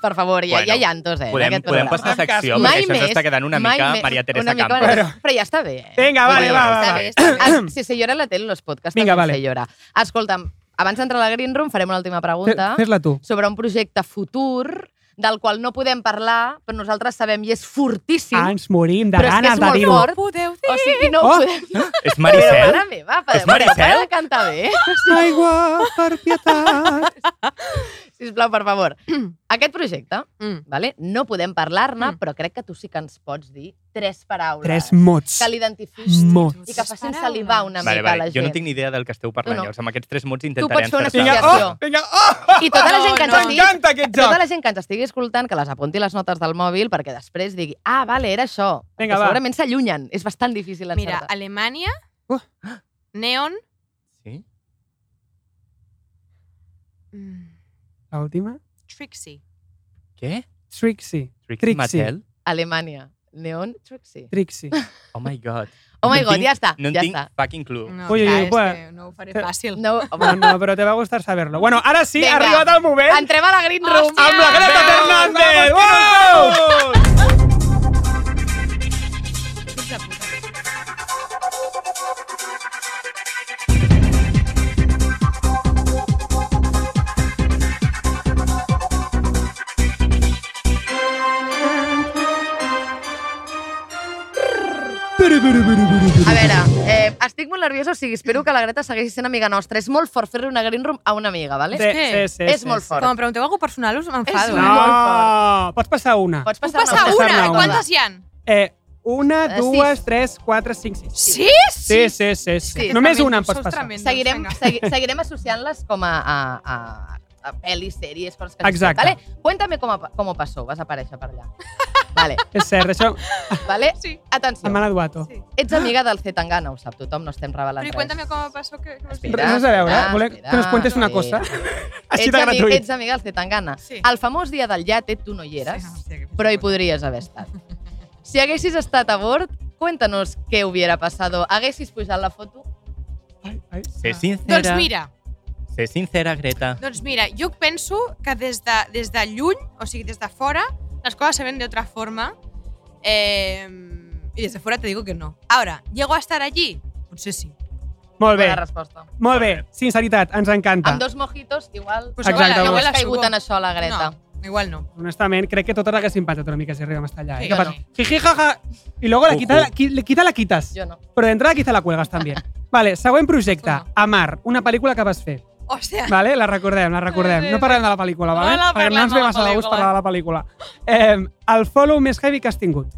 Speaker 3: Per favor, ja, ja
Speaker 4: Bueno,
Speaker 3: hi ha llantos, eh? en
Speaker 4: Podem,
Speaker 3: aquest
Speaker 4: podem
Speaker 3: programa.
Speaker 4: passar a secció,
Speaker 3: Mai
Speaker 4: perquè això
Speaker 3: més,
Speaker 4: s'està quedant una
Speaker 3: mai
Speaker 4: mica
Speaker 3: més,
Speaker 4: Maria Teresa
Speaker 3: una mica
Speaker 4: Campos.
Speaker 3: Maria- Però ja està bé. eh?
Speaker 2: Vinga, vale,
Speaker 3: Vull dir,
Speaker 2: va, va,
Speaker 3: està
Speaker 2: va.
Speaker 3: bé, està bé. Ah, Si se llora en la tele, en los podcasts
Speaker 2: Vinga,
Speaker 3: Vinga,
Speaker 2: vale.
Speaker 3: vale. se llora. Escolta'm, abans d'entrar a la Green Room farem una última
Speaker 2: Fe-
Speaker 3: pregunta
Speaker 2: Fes-la tu.
Speaker 3: sobre un projecte futur del qual no podem parlar, però nosaltres sabem i és fortíssim.
Speaker 2: Ah, ens morim de
Speaker 3: Però és que
Speaker 2: ganes
Speaker 3: és
Speaker 2: de
Speaker 3: molt
Speaker 2: dir-ho.
Speaker 3: fort.
Speaker 7: No podeu dir.
Speaker 3: O sigui, no
Speaker 2: Oh!
Speaker 3: oh. podem...
Speaker 4: És
Speaker 3: Però,
Speaker 4: Maricel?
Speaker 3: mare meva, per,
Speaker 4: És Maricel?
Speaker 3: Para de cantar bé.
Speaker 2: Aigua, per pietat.
Speaker 3: Sisplau, per favor. Aquest projecte,
Speaker 7: Mm.
Speaker 3: vale? no podem parlar-ne,
Speaker 7: Mm.
Speaker 3: però crec que tu sí que ens pots dir tres paraules.
Speaker 2: Tres mots.
Speaker 3: que l'identifiquis
Speaker 2: Mots.
Speaker 3: i que facin salivar una
Speaker 4: Vale,
Speaker 3: mica
Speaker 4: vale.
Speaker 3: la gent.
Speaker 4: Jo no tinc ni idea del que esteu
Speaker 3: Tu
Speaker 4: parlant,
Speaker 3: no.
Speaker 4: llavors. Amb aquests tres mots
Speaker 3: pots
Speaker 4: intentaré
Speaker 3: fer una
Speaker 2: Vinga,
Speaker 4: encertar-los.
Speaker 2: oh,
Speaker 3: associació.
Speaker 2: vinga, oh!
Speaker 3: I tota la
Speaker 7: No,
Speaker 3: gent que ens
Speaker 7: no.
Speaker 3: estigui...
Speaker 2: M'encanta aquest
Speaker 3: Tota
Speaker 2: joc!
Speaker 3: la gent que ens estigui escoltant, que les apunti les notes del mòbil perquè després digui, ah, vale, era això.
Speaker 2: Vinga,
Speaker 3: Perquè
Speaker 2: va.
Speaker 3: segurament s'allunyen. És bastant difícil
Speaker 7: Mira,
Speaker 3: encertar.
Speaker 7: Alemanya,
Speaker 2: Uh.
Speaker 7: Neon,
Speaker 4: Sí?
Speaker 7: mm,
Speaker 2: L'última.
Speaker 7: Trixie.
Speaker 4: Què?
Speaker 2: Trixie.
Speaker 4: Trixie
Speaker 2: Trixie.
Speaker 4: Mattel?
Speaker 3: Alemanya. Neon Trixie.
Speaker 2: Trixie.
Speaker 4: Oh my god.
Speaker 3: Oh my
Speaker 4: No
Speaker 3: God,
Speaker 4: tinc-
Speaker 3: ja està,
Speaker 4: No en
Speaker 3: ja
Speaker 4: tinc
Speaker 3: està.
Speaker 4: fucking clue.
Speaker 7: No,
Speaker 2: Ui, ui, ui,
Speaker 7: clar, és
Speaker 2: bueno.
Speaker 7: que no ho faré fàcil.
Speaker 3: No,
Speaker 2: No, no, però te va gustar saber-lo. Bueno, ara sí,
Speaker 3: Vinga.
Speaker 2: ha arribat el moment
Speaker 3: Entrem a la Green Room.
Speaker 2: amb la Greta
Speaker 4: Vamos,
Speaker 2: Fernández!
Speaker 4: vamos,
Speaker 2: Uau!
Speaker 3: A veure, eh, estic molt nerviosa, o sigui, espero que la Greta segueixi sent amiga nostra. És molt fort fer-li una Green Room a una amiga,
Speaker 2: Sí,
Speaker 3: vale?
Speaker 2: sí, sí,
Speaker 3: És
Speaker 2: sí,
Speaker 3: molt
Speaker 2: sí.
Speaker 3: fort.
Speaker 7: Quan em pregunteu alguna cosa personal us m'enfado.
Speaker 3: És molt
Speaker 2: No! Pots passar una.
Speaker 3: Pots
Speaker 7: Puc
Speaker 3: passar-ne
Speaker 7: passar
Speaker 2: Pots
Speaker 7: ¿eh? una?
Speaker 2: passar-ne una.
Speaker 7: Quantes hi ha?
Speaker 2: Eh, una,
Speaker 3: Eh,
Speaker 2: dues,
Speaker 3: sis.
Speaker 2: tres, quatre, cinc, sis.
Speaker 7: Sis?
Speaker 2: Sí, sí, sí. sí.
Speaker 3: Sí.
Speaker 2: Només
Speaker 7: Tremendo,
Speaker 2: una em pots
Speaker 7: sou
Speaker 2: passar.
Speaker 7: tremendos,
Speaker 3: seguirem,
Speaker 7: vinga.
Speaker 3: segui, seguirem associant-les com a, a, a, a pel·lis, sèries, coses que...
Speaker 2: Exacte.
Speaker 3: Vale? Cuéntame com, a- com ho passó, vas aparèixer per allà. Vale,
Speaker 2: És cert, això
Speaker 3: vale?
Speaker 7: Sí.
Speaker 2: em
Speaker 3: Atenció,
Speaker 2: ha duato.
Speaker 7: sí.
Speaker 3: ets amiga del C. Tangana, ho sap tothom, no estem revelant
Speaker 7: Però i
Speaker 3: res.
Speaker 7: cuéntame com passó que... que no sé.
Speaker 3: Espera.
Speaker 2: Res a veure,
Speaker 3: espera,
Speaker 2: volem que nos cuentes una cosa.
Speaker 3: espera.
Speaker 2: Així
Speaker 3: Ets,
Speaker 2: de
Speaker 3: ami,
Speaker 2: gratuït.
Speaker 3: ets amiga del C. Tangana.
Speaker 7: Sí.
Speaker 3: El famós dia del llate tu no hi eres,
Speaker 7: Sí, hòstia, que
Speaker 3: però hi
Speaker 7: flipo.
Speaker 3: podries haver estat. Si haguessis estat a bord, cuéntanos què hubiera passado. Haguessis pujat la foto?
Speaker 2: Ai, ai.
Speaker 4: Sé
Speaker 7: Doncs
Speaker 4: sincera.
Speaker 7: mira,
Speaker 4: Sé sincera, Greta.
Speaker 7: doncs mira, jo penso que des de, des de lluny, o sigui, des de fora, les coses se ven de otra forma. Eh, y desde fuera te digo que no. Ahora, ¿llego a estar allí? Potser sí.
Speaker 2: Molt bé,
Speaker 3: Bona resposta.
Speaker 2: molt bé. Sinceritat, ens encanta.
Speaker 3: Amb dos mojitos, igual...
Speaker 7: Pues
Speaker 2: Exacte,
Speaker 7: igual,
Speaker 3: no
Speaker 7: igual
Speaker 3: has
Speaker 7: la
Speaker 3: caigut
Speaker 7: subo.
Speaker 3: en això, la Greta.
Speaker 7: No, igual no.
Speaker 2: Honestament, crec que totes haguessin patat una mica si arribem hasta allá.
Speaker 7: Sí,
Speaker 2: ¿eh?
Speaker 7: yo
Speaker 2: Que
Speaker 7: no.
Speaker 2: pasa? Jiji, jaja. Y luego la
Speaker 4: Ujú.
Speaker 2: quita, la, qui- le quita la quitas.
Speaker 3: Jo no.
Speaker 2: Però d'entrada quizá la cuelgas també. Vale, següent projecte.
Speaker 7: Ujú.
Speaker 2: Amar, una pel·lícula que vas fer.
Speaker 7: O sea,
Speaker 2: Vale? La recordem, la recordem.
Speaker 7: Sí, sí,
Speaker 2: No parlem de la pel·lícula, vale?
Speaker 7: No, no
Speaker 2: Perquè no
Speaker 7: parlem
Speaker 2: ens
Speaker 7: de
Speaker 2: ve
Speaker 7: la
Speaker 2: massa de gust
Speaker 7: pel·lícula.
Speaker 2: parlar de la pel·lícula. Eh, el follow més heavy que has tingut.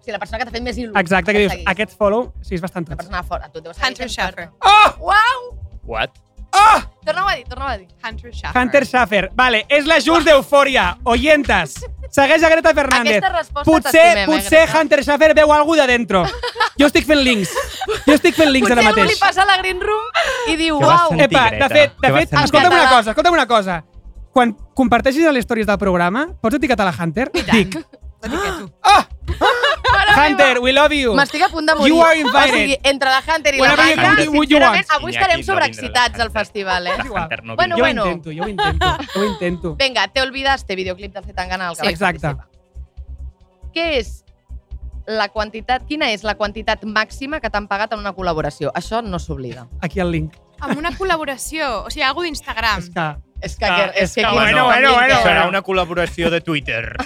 Speaker 3: Si la persona que t'ha fet més il·lusió.
Speaker 2: Exacte, que
Speaker 3: et
Speaker 2: dius,
Speaker 3: seguís.
Speaker 2: aquest follow, sí, és bastant
Speaker 3: Una
Speaker 2: tots. Oh!
Speaker 3: persona fora. Tu te vas
Speaker 7: Hunter Schaffer.
Speaker 3: Uau!
Speaker 4: What?
Speaker 3: Torna-ho a dir, torna-ho a dir.
Speaker 7: Hunter Schaffer.
Speaker 2: Hunter Schaffer. Vale, és la Just d'Eufòria. Oyentas. Segueix a Greta Fernández.
Speaker 3: Aquesta resposta
Speaker 2: Potser,
Speaker 3: t'estimem, eh,
Speaker 2: potser
Speaker 3: Greta?
Speaker 2: Hunter Schaffer veu algú de dentro. Jo estic fent links. Jo estic fent links
Speaker 3: Potser
Speaker 2: ara
Speaker 3: algú li
Speaker 2: mateix.
Speaker 3: passa a la Green Room i diu,
Speaker 4: Que va
Speaker 3: uau,
Speaker 4: sentir-
Speaker 2: Epa, de
Speaker 4: Tigreta.
Speaker 2: fet, de
Speaker 4: Què vas
Speaker 2: fet,
Speaker 4: fent?
Speaker 2: escolta'm una
Speaker 3: Escandalada.
Speaker 2: cosa, escolta'm una cosa. Quan comparteixis a les stories del programa, pots etiquetar la Hunter? Dic,
Speaker 7: Schaffer.
Speaker 2: Hunter, we love you.
Speaker 3: M'estic a punt de morir.
Speaker 2: You are invited.
Speaker 3: O sigui, entre la Hunter i
Speaker 2: Whenever
Speaker 3: la
Speaker 2: you
Speaker 3: Gaia,
Speaker 2: can do what you
Speaker 3: sincerament,
Speaker 2: want.
Speaker 3: avui
Speaker 4: Iñaki
Speaker 3: estarem
Speaker 4: no
Speaker 3: sobreexcitats
Speaker 4: vindrà
Speaker 3: al
Speaker 4: la
Speaker 3: festival, eh?
Speaker 4: La Hunter no
Speaker 3: Bueno,
Speaker 2: jo
Speaker 4: vindrà.
Speaker 3: bueno.
Speaker 2: ho intento, jo ho intento, jo ho intento.
Speaker 3: Vinga, te olvidaste videoclip del Zetangana del que
Speaker 2: Sí,
Speaker 3: vaig
Speaker 2: exacte.
Speaker 3: participar. Què és la quantitat, quina és la quantitat màxima que t'han pagat en una col·laboració? Això no s'oblida.
Speaker 2: Aquí el link.
Speaker 7: Amb una col·laboració, o sigui, algo d'Instagram.
Speaker 2: És que...
Speaker 3: És que,
Speaker 4: Ah,
Speaker 3: que, és que, aquí
Speaker 2: bueno,
Speaker 3: no
Speaker 2: bueno,
Speaker 3: s'oblida.
Speaker 2: bueno,
Speaker 4: Serà
Speaker 2: bueno.
Speaker 4: una col·laboració de Twitter.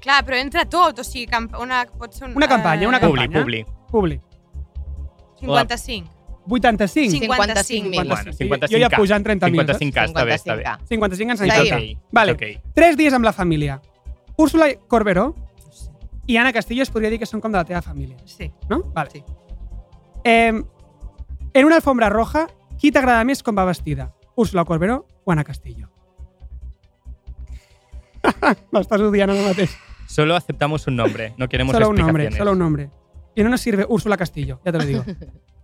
Speaker 7: Clar, però entra tot, o sigui, camp una, eh, pot ser un,
Speaker 2: Una campanya, una
Speaker 4: Publi,
Speaker 2: Campanya.
Speaker 4: publi.
Speaker 2: Publi.
Speaker 7: 55.
Speaker 2: 85.
Speaker 7: 55
Speaker 3: 55.000.
Speaker 4: Bueno,
Speaker 2: Sí, Jo ja
Speaker 4: 55K.
Speaker 2: pujant 30 minuts.
Speaker 4: 55K, està bé, està bé.
Speaker 3: 55K.
Speaker 2: 55 en
Speaker 3: Seguim.
Speaker 2: sanitat. Vale.
Speaker 4: Okay.
Speaker 2: Tres dies amb la família. Úrsula Corberó i Anna Castillo es podria dir que són com de la teva família,
Speaker 7: Sí.
Speaker 2: no? Vale.
Speaker 7: Sí.
Speaker 2: Eh, en una alfombra roja, qui t'agrada més com va vestida? Úrsula Corberó o Anna Castillo? M'estàs odiant ara mateix.
Speaker 4: Solo aceptamos un nombre, no queremos
Speaker 2: Solo un nombre,
Speaker 4: explicaciones.
Speaker 2: solo un nombre. Y no nos sirve Úrsula Castillo, ya te lo digo.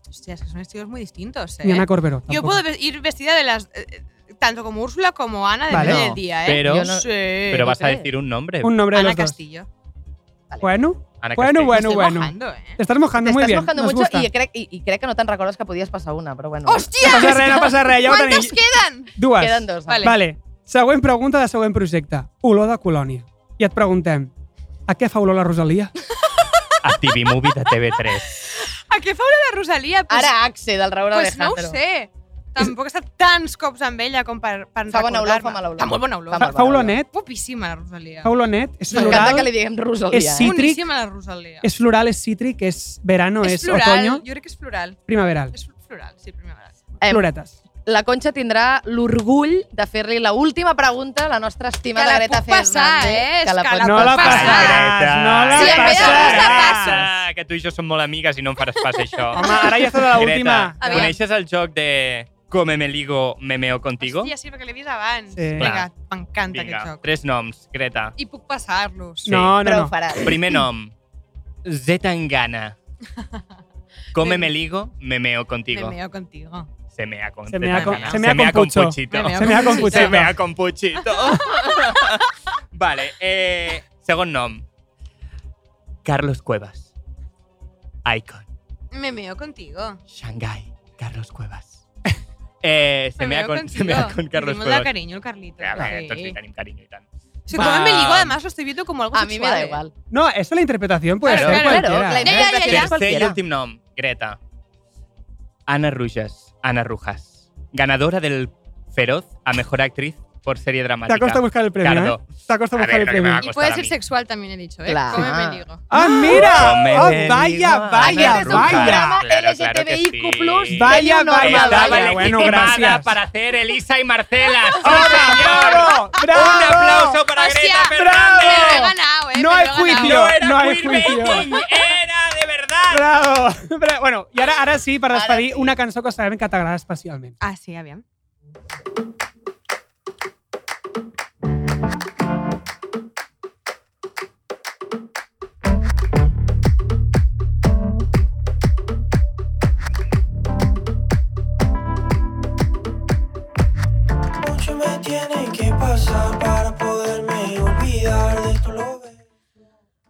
Speaker 7: Hostia, es que son estilos muy distintos, ¿eh?
Speaker 2: Ni Ana Corberó.
Speaker 7: Yo
Speaker 2: tampoco.
Speaker 7: puedo ve- ir vestida de las... eh, eh, tanto como Úrsula como Ana del
Speaker 2: Vale.
Speaker 7: día
Speaker 3: No,
Speaker 7: del día, ¿eh?
Speaker 4: pero-
Speaker 7: Yo
Speaker 3: no-
Speaker 7: sí,
Speaker 4: Pero vas a
Speaker 7: ¿tú
Speaker 4: decir un nombre.
Speaker 2: Un nombre
Speaker 7: crees?
Speaker 2: de
Speaker 7: Ana
Speaker 2: los dos.
Speaker 7: Castillo. Me
Speaker 2: Bueno,
Speaker 4: Ana
Speaker 2: bueno,
Speaker 4: Castillo.
Speaker 2: bueno,
Speaker 7: estoy
Speaker 2: bueno.
Speaker 7: mojando, ¿eh?
Speaker 2: Te estás mojando muy
Speaker 3: T'estàs
Speaker 2: bien.
Speaker 3: mojando
Speaker 2: nos
Speaker 3: mucho
Speaker 2: gusta.
Speaker 3: i crec, i, i crec que no te'n recordes que podies passar una, però bueno.
Speaker 7: ¡Hostia!
Speaker 2: No passa res, no passa res, ja ho
Speaker 7: ¿Cuántos
Speaker 2: tenim.
Speaker 7: quedan?
Speaker 2: Dues.
Speaker 3: Queden dos.
Speaker 7: Vale.
Speaker 2: Vale. Següent pregunta de següent projecte. Olor de colònia. I et preguntem, a què fa olor la Rosalia?
Speaker 4: A TV Movie de TV3.
Speaker 7: ¿A qué faula de Rosalía? Pues,
Speaker 3: Ara Axe, del Raúl
Speaker 7: pues no ho
Speaker 3: Alejandro.
Speaker 7: sé. Tampoc he estat tants cops amb ella com per, per
Speaker 3: Fa bona olor, fa
Speaker 7: recordar-me.
Speaker 3: mala olor.
Speaker 7: Fa molt bona olor.
Speaker 3: Fa
Speaker 2: Fa,
Speaker 3: molt
Speaker 2: fa olor net,
Speaker 7: Popíssima, la Rosalia.
Speaker 2: fa olor net, és
Speaker 3: M'encanta que
Speaker 2: floral,
Speaker 3: li diguem
Speaker 2: és
Speaker 3: Rosalia, eh?
Speaker 2: cítric,
Speaker 7: Boníssima, la Rosalia.
Speaker 2: és floral, és cítric, és verano, és,
Speaker 7: és floral.
Speaker 2: otoño,
Speaker 7: Jo crec que és floral.
Speaker 2: primaveral.
Speaker 7: És floral, sí, primavera.
Speaker 3: Em,
Speaker 2: Floretes.
Speaker 3: la Conxa tindrà l'orgull de fer-li la última pregunta a la nostra estimada
Speaker 7: Que la
Speaker 3: Greta
Speaker 7: puc passar,
Speaker 3: Fernández.
Speaker 7: eh? És que
Speaker 3: pot
Speaker 7: la
Speaker 2: No
Speaker 7: puc
Speaker 2: la
Speaker 7: passar.
Speaker 2: passaràs, no la
Speaker 7: Si em ve de
Speaker 2: passaràs.
Speaker 7: rosa,
Speaker 4: Ah, que tu i jo som molt amigues i no em faràs pas això.
Speaker 2: Home, ara ja estàs a l'última.
Speaker 4: Greta,
Speaker 7: Aviam.
Speaker 4: coneixes el joc de Come me ligo, memeo contigo?
Speaker 7: Hòstia, sí, perquè l'he vist abans.
Speaker 2: Sí.
Speaker 7: Vinga,
Speaker 4: Clar.
Speaker 7: m'encanta
Speaker 4: Vinga,
Speaker 7: aquest joc.
Speaker 4: tres noms, Greta.
Speaker 7: I puc passar-los.
Speaker 4: Sí.
Speaker 2: No, no,
Speaker 3: Però ho
Speaker 2: no.
Speaker 3: farà.
Speaker 4: Primer nom, Zetangana. Come me ligo, memeo contigo.
Speaker 7: Me meo contigo.
Speaker 4: Se mea con
Speaker 2: Se mea con-
Speaker 4: Zetangana.
Speaker 2: se mea con Pucho.
Speaker 4: Puchito.
Speaker 7: Me meo
Speaker 2: Se me ha
Speaker 7: con
Speaker 2: confus-
Speaker 7: Puchito.
Speaker 4: Se mea con Puchito. vale, eh, segon nom. Carlos Cuevas. Icon.
Speaker 7: Me meo contigo.
Speaker 4: Shanghai. Carlos Cuevas. Eh, se, mea con, se
Speaker 7: Ah, contigo.
Speaker 4: mea con Carlos
Speaker 7: Tenemos la
Speaker 4: Cuevas.
Speaker 7: cariño el Carlito.
Speaker 4: A ver,
Speaker 7: sí.
Speaker 4: entonces sí, tenim cariño y tal.
Speaker 7: Si
Speaker 2: Va.
Speaker 7: como me ligo, además lo estoy viendo como algo
Speaker 3: A mí
Speaker 7: sexual.
Speaker 3: me da
Speaker 7: eh.
Speaker 3: igual.
Speaker 2: No, eso la interpretación puede
Speaker 7: Claro,
Speaker 2: ser
Speaker 7: claro,
Speaker 2: cualquiera.
Speaker 3: la
Speaker 7: Ya, ya, ya, ya.
Speaker 3: interpretación
Speaker 4: Tercer y
Speaker 3: cualquiera.
Speaker 4: últim nom, Greta. Ana Rujas. Ana Rujas. Ganadora del Feroz a Mejor Actriz por serie
Speaker 2: Te
Speaker 4: dramática.
Speaker 2: acosta buscar el premio,
Speaker 4: Cardo.
Speaker 2: ¿eh? Te acosta
Speaker 4: A
Speaker 2: buscar
Speaker 4: ver,
Speaker 2: el
Speaker 4: lo que me
Speaker 2: premio.
Speaker 4: va a
Speaker 7: Y
Speaker 4: costar
Speaker 7: puede
Speaker 4: Pues a
Speaker 7: ser
Speaker 4: mí.
Speaker 7: sexual también he dicho, ¿eh?
Speaker 3: Claro.
Speaker 7: Come me ligo.
Speaker 2: ¡Ah, mira!
Speaker 4: Come
Speaker 2: ¡Oh,
Speaker 4: de
Speaker 2: vaya,
Speaker 4: mi
Speaker 2: vaya,
Speaker 4: mano,
Speaker 3: Este es un programa
Speaker 2: vaya!
Speaker 4: Claro, claro que
Speaker 3: LGTBIQ+,
Speaker 4: sí.
Speaker 2: Vaya, vaya,
Speaker 4: Estaba
Speaker 2: vaya. Bueno,
Speaker 4: legitimada
Speaker 2: gracias.
Speaker 4: para hacer Elisa y Marcela. ¡Sí, señor!
Speaker 2: ¡Bravo! ¡Bravo!
Speaker 4: Un aplauso para Greta
Speaker 7: Hostia,
Speaker 4: Fernández.
Speaker 7: Me lo he ganado, ¿eh?
Speaker 2: No
Speaker 7: me lo
Speaker 2: hay
Speaker 7: he ganado.
Speaker 2: juicio.
Speaker 4: era
Speaker 2: No hay
Speaker 4: queerbaiting,
Speaker 2: juicio.
Speaker 4: era de verdad.
Speaker 2: Bravo! Bra- bueno, i ara, ara sí, per
Speaker 3: Ara
Speaker 2: despedir,
Speaker 3: sí.
Speaker 2: una cançó que sabem que t'agrada especialment.
Speaker 7: Ah, sí, aviam.
Speaker 8: Mucho me tiene que pasar para poderme olvidar de tu lobe.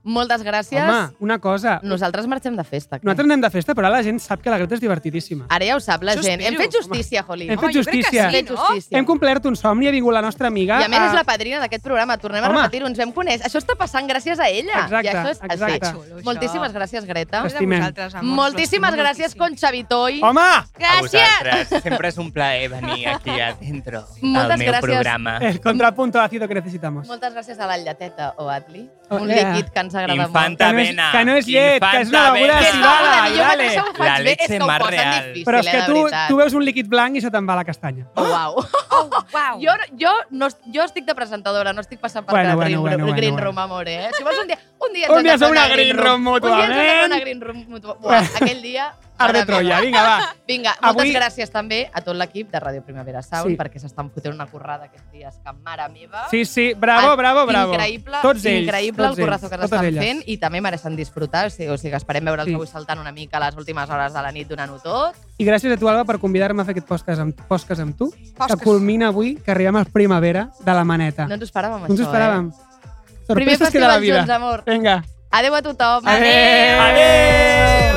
Speaker 3: Moltes gràcies. Mm.
Speaker 2: Home, una cosa.
Speaker 3: Nosaltres marxem de festa. crec.
Speaker 2: Nosaltres anem de festa, però ara la gent sap que la Greta és divertidíssima.
Speaker 3: Ara ja ho sap la
Speaker 7: Jo
Speaker 3: gent. Hem
Speaker 7: espero,
Speaker 3: fet justícia, Jolín.
Speaker 2: Hem fet
Speaker 7: Home, jo crec que
Speaker 2: justícia.
Speaker 3: Hem
Speaker 7: sí,
Speaker 3: fet
Speaker 7: no?
Speaker 3: justícia.
Speaker 2: Hem complert un somni, ha vingut la nostra amiga.
Speaker 3: I a més és
Speaker 2: a-
Speaker 3: la padrina d'aquest programa. Tornem a
Speaker 2: Ah. Home.
Speaker 3: repetir-ho, ens vam conèixer. Això està passant gràcies a ella.
Speaker 2: Exacte,
Speaker 3: I això és així.
Speaker 2: exacte.
Speaker 7: Xulo, això.
Speaker 3: Moltíssimes gràcies, Greta.
Speaker 7: Gràcies a
Speaker 2: T'estimem.
Speaker 7: vosaltres, amors.
Speaker 3: Moltíssimes
Speaker 7: L'estimem
Speaker 3: gràcies,
Speaker 7: moltíssim.
Speaker 3: Concha Vitoy.
Speaker 2: Home!
Speaker 4: A
Speaker 7: Gràcies!
Speaker 4: vosaltres. Sempre és un plaer venir aquí adentro
Speaker 3: Moltes
Speaker 4: al meu
Speaker 3: gràcies.
Speaker 4: programa.
Speaker 2: El contrapunto ácido que necesitamos.
Speaker 3: Moltes gràcies a la lleteta o Atli,
Speaker 2: Oh,
Speaker 3: un
Speaker 2: yeah.
Speaker 3: líquid que ens agrada
Speaker 4: Infanta
Speaker 2: Que no és-
Speaker 4: Vena.
Speaker 2: que no és llet, que és
Speaker 4: Infanta
Speaker 2: una beguda
Speaker 3: molt.
Speaker 2: Sí,
Speaker 3: Que és
Speaker 4: Vena.
Speaker 2: va,
Speaker 3: una cosa que jo
Speaker 2: dale.
Speaker 3: mateixa ho faig
Speaker 4: La
Speaker 3: bé, és
Speaker 4: leche
Speaker 3: que ho
Speaker 4: más
Speaker 3: posen
Speaker 4: real.
Speaker 3: difícil,
Speaker 2: Però és
Speaker 3: eh,
Speaker 2: que
Speaker 3: de
Speaker 2: tu,
Speaker 3: veritat.
Speaker 2: tu veus un líquid blanc i se te'n va la castanya.
Speaker 3: Uau.
Speaker 7: Oh, wow.
Speaker 3: Jo, jo, no, jo estic de presentadora, no estic passant per
Speaker 2: Bueno,
Speaker 3: cada
Speaker 2: bueno,
Speaker 3: green,
Speaker 2: bueno,
Speaker 3: room,
Speaker 2: bueno,
Speaker 3: green
Speaker 2: bueno.
Speaker 3: room, amor, eh? Si vols un dia... Un dia,
Speaker 2: Un
Speaker 3: ens
Speaker 2: dia
Speaker 3: hem de
Speaker 2: fem una
Speaker 3: fer
Speaker 2: green room
Speaker 3: Un dia ens hem de fer una
Speaker 2: mútuament.
Speaker 3: green room mútuament. Buah, aquell dia...
Speaker 2: Art de
Speaker 3: mare meva.
Speaker 2: Troia, vinga, va.
Speaker 3: Vinga,
Speaker 2: Avui-
Speaker 3: moltes gràcies també a tot l'equip de Ràdio Primavera Sound
Speaker 2: Sí.
Speaker 3: perquè s'estan fotent una currada aquests dies, que mare meva.
Speaker 2: Sí, sí, bravo, bravo, bravo.
Speaker 3: Ah, Increïble,
Speaker 2: tots ells,
Speaker 3: increïble
Speaker 2: tots
Speaker 3: el currazo
Speaker 2: ells,
Speaker 3: que
Speaker 2: totes
Speaker 3: s'estan
Speaker 2: elles.
Speaker 3: fent i també mereixen disfrutar, o sigui, o sigui que esperem veure'ls
Speaker 2: Sí.
Speaker 3: avui saltant una mica a les últimes hores de la nit donant-ho tot.
Speaker 2: I gràcies a tu, Alba, per convidar-me a fer aquest podcast amb, podcast amb tu,
Speaker 7: Podcast.
Speaker 2: que culmina avui, que arribem al primavera de la maneta.
Speaker 3: No ens ho esperàvem,
Speaker 2: Ah. no ens ho
Speaker 3: això,
Speaker 2: esperàvem.
Speaker 3: Eh? Primer
Speaker 2: Sorpreses que de la
Speaker 3: festival
Speaker 2: vida.
Speaker 3: junts, amor.
Speaker 2: Vinga.
Speaker 3: Adeu a tothom.
Speaker 2: Adéu.
Speaker 4: Adéu.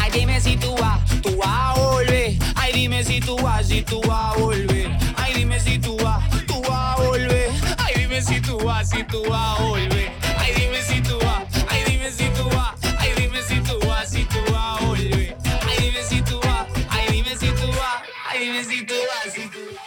Speaker 9: Ay, dime si tú vas, tú vas a volver. Ay, dime si tú vas, si tú vas a volver. Ay, dime si tú vas, tú vas a volver. Ay, dime si tú vas, si tú vas a volver. Ay, dime si tú vas, ay, dime si tú vas. Ay, dime si tú vas, si tú vas a volver. Ay, dime si tú vas, ay, dime si tú vas. Ay, dime si tú vas, si tú vas.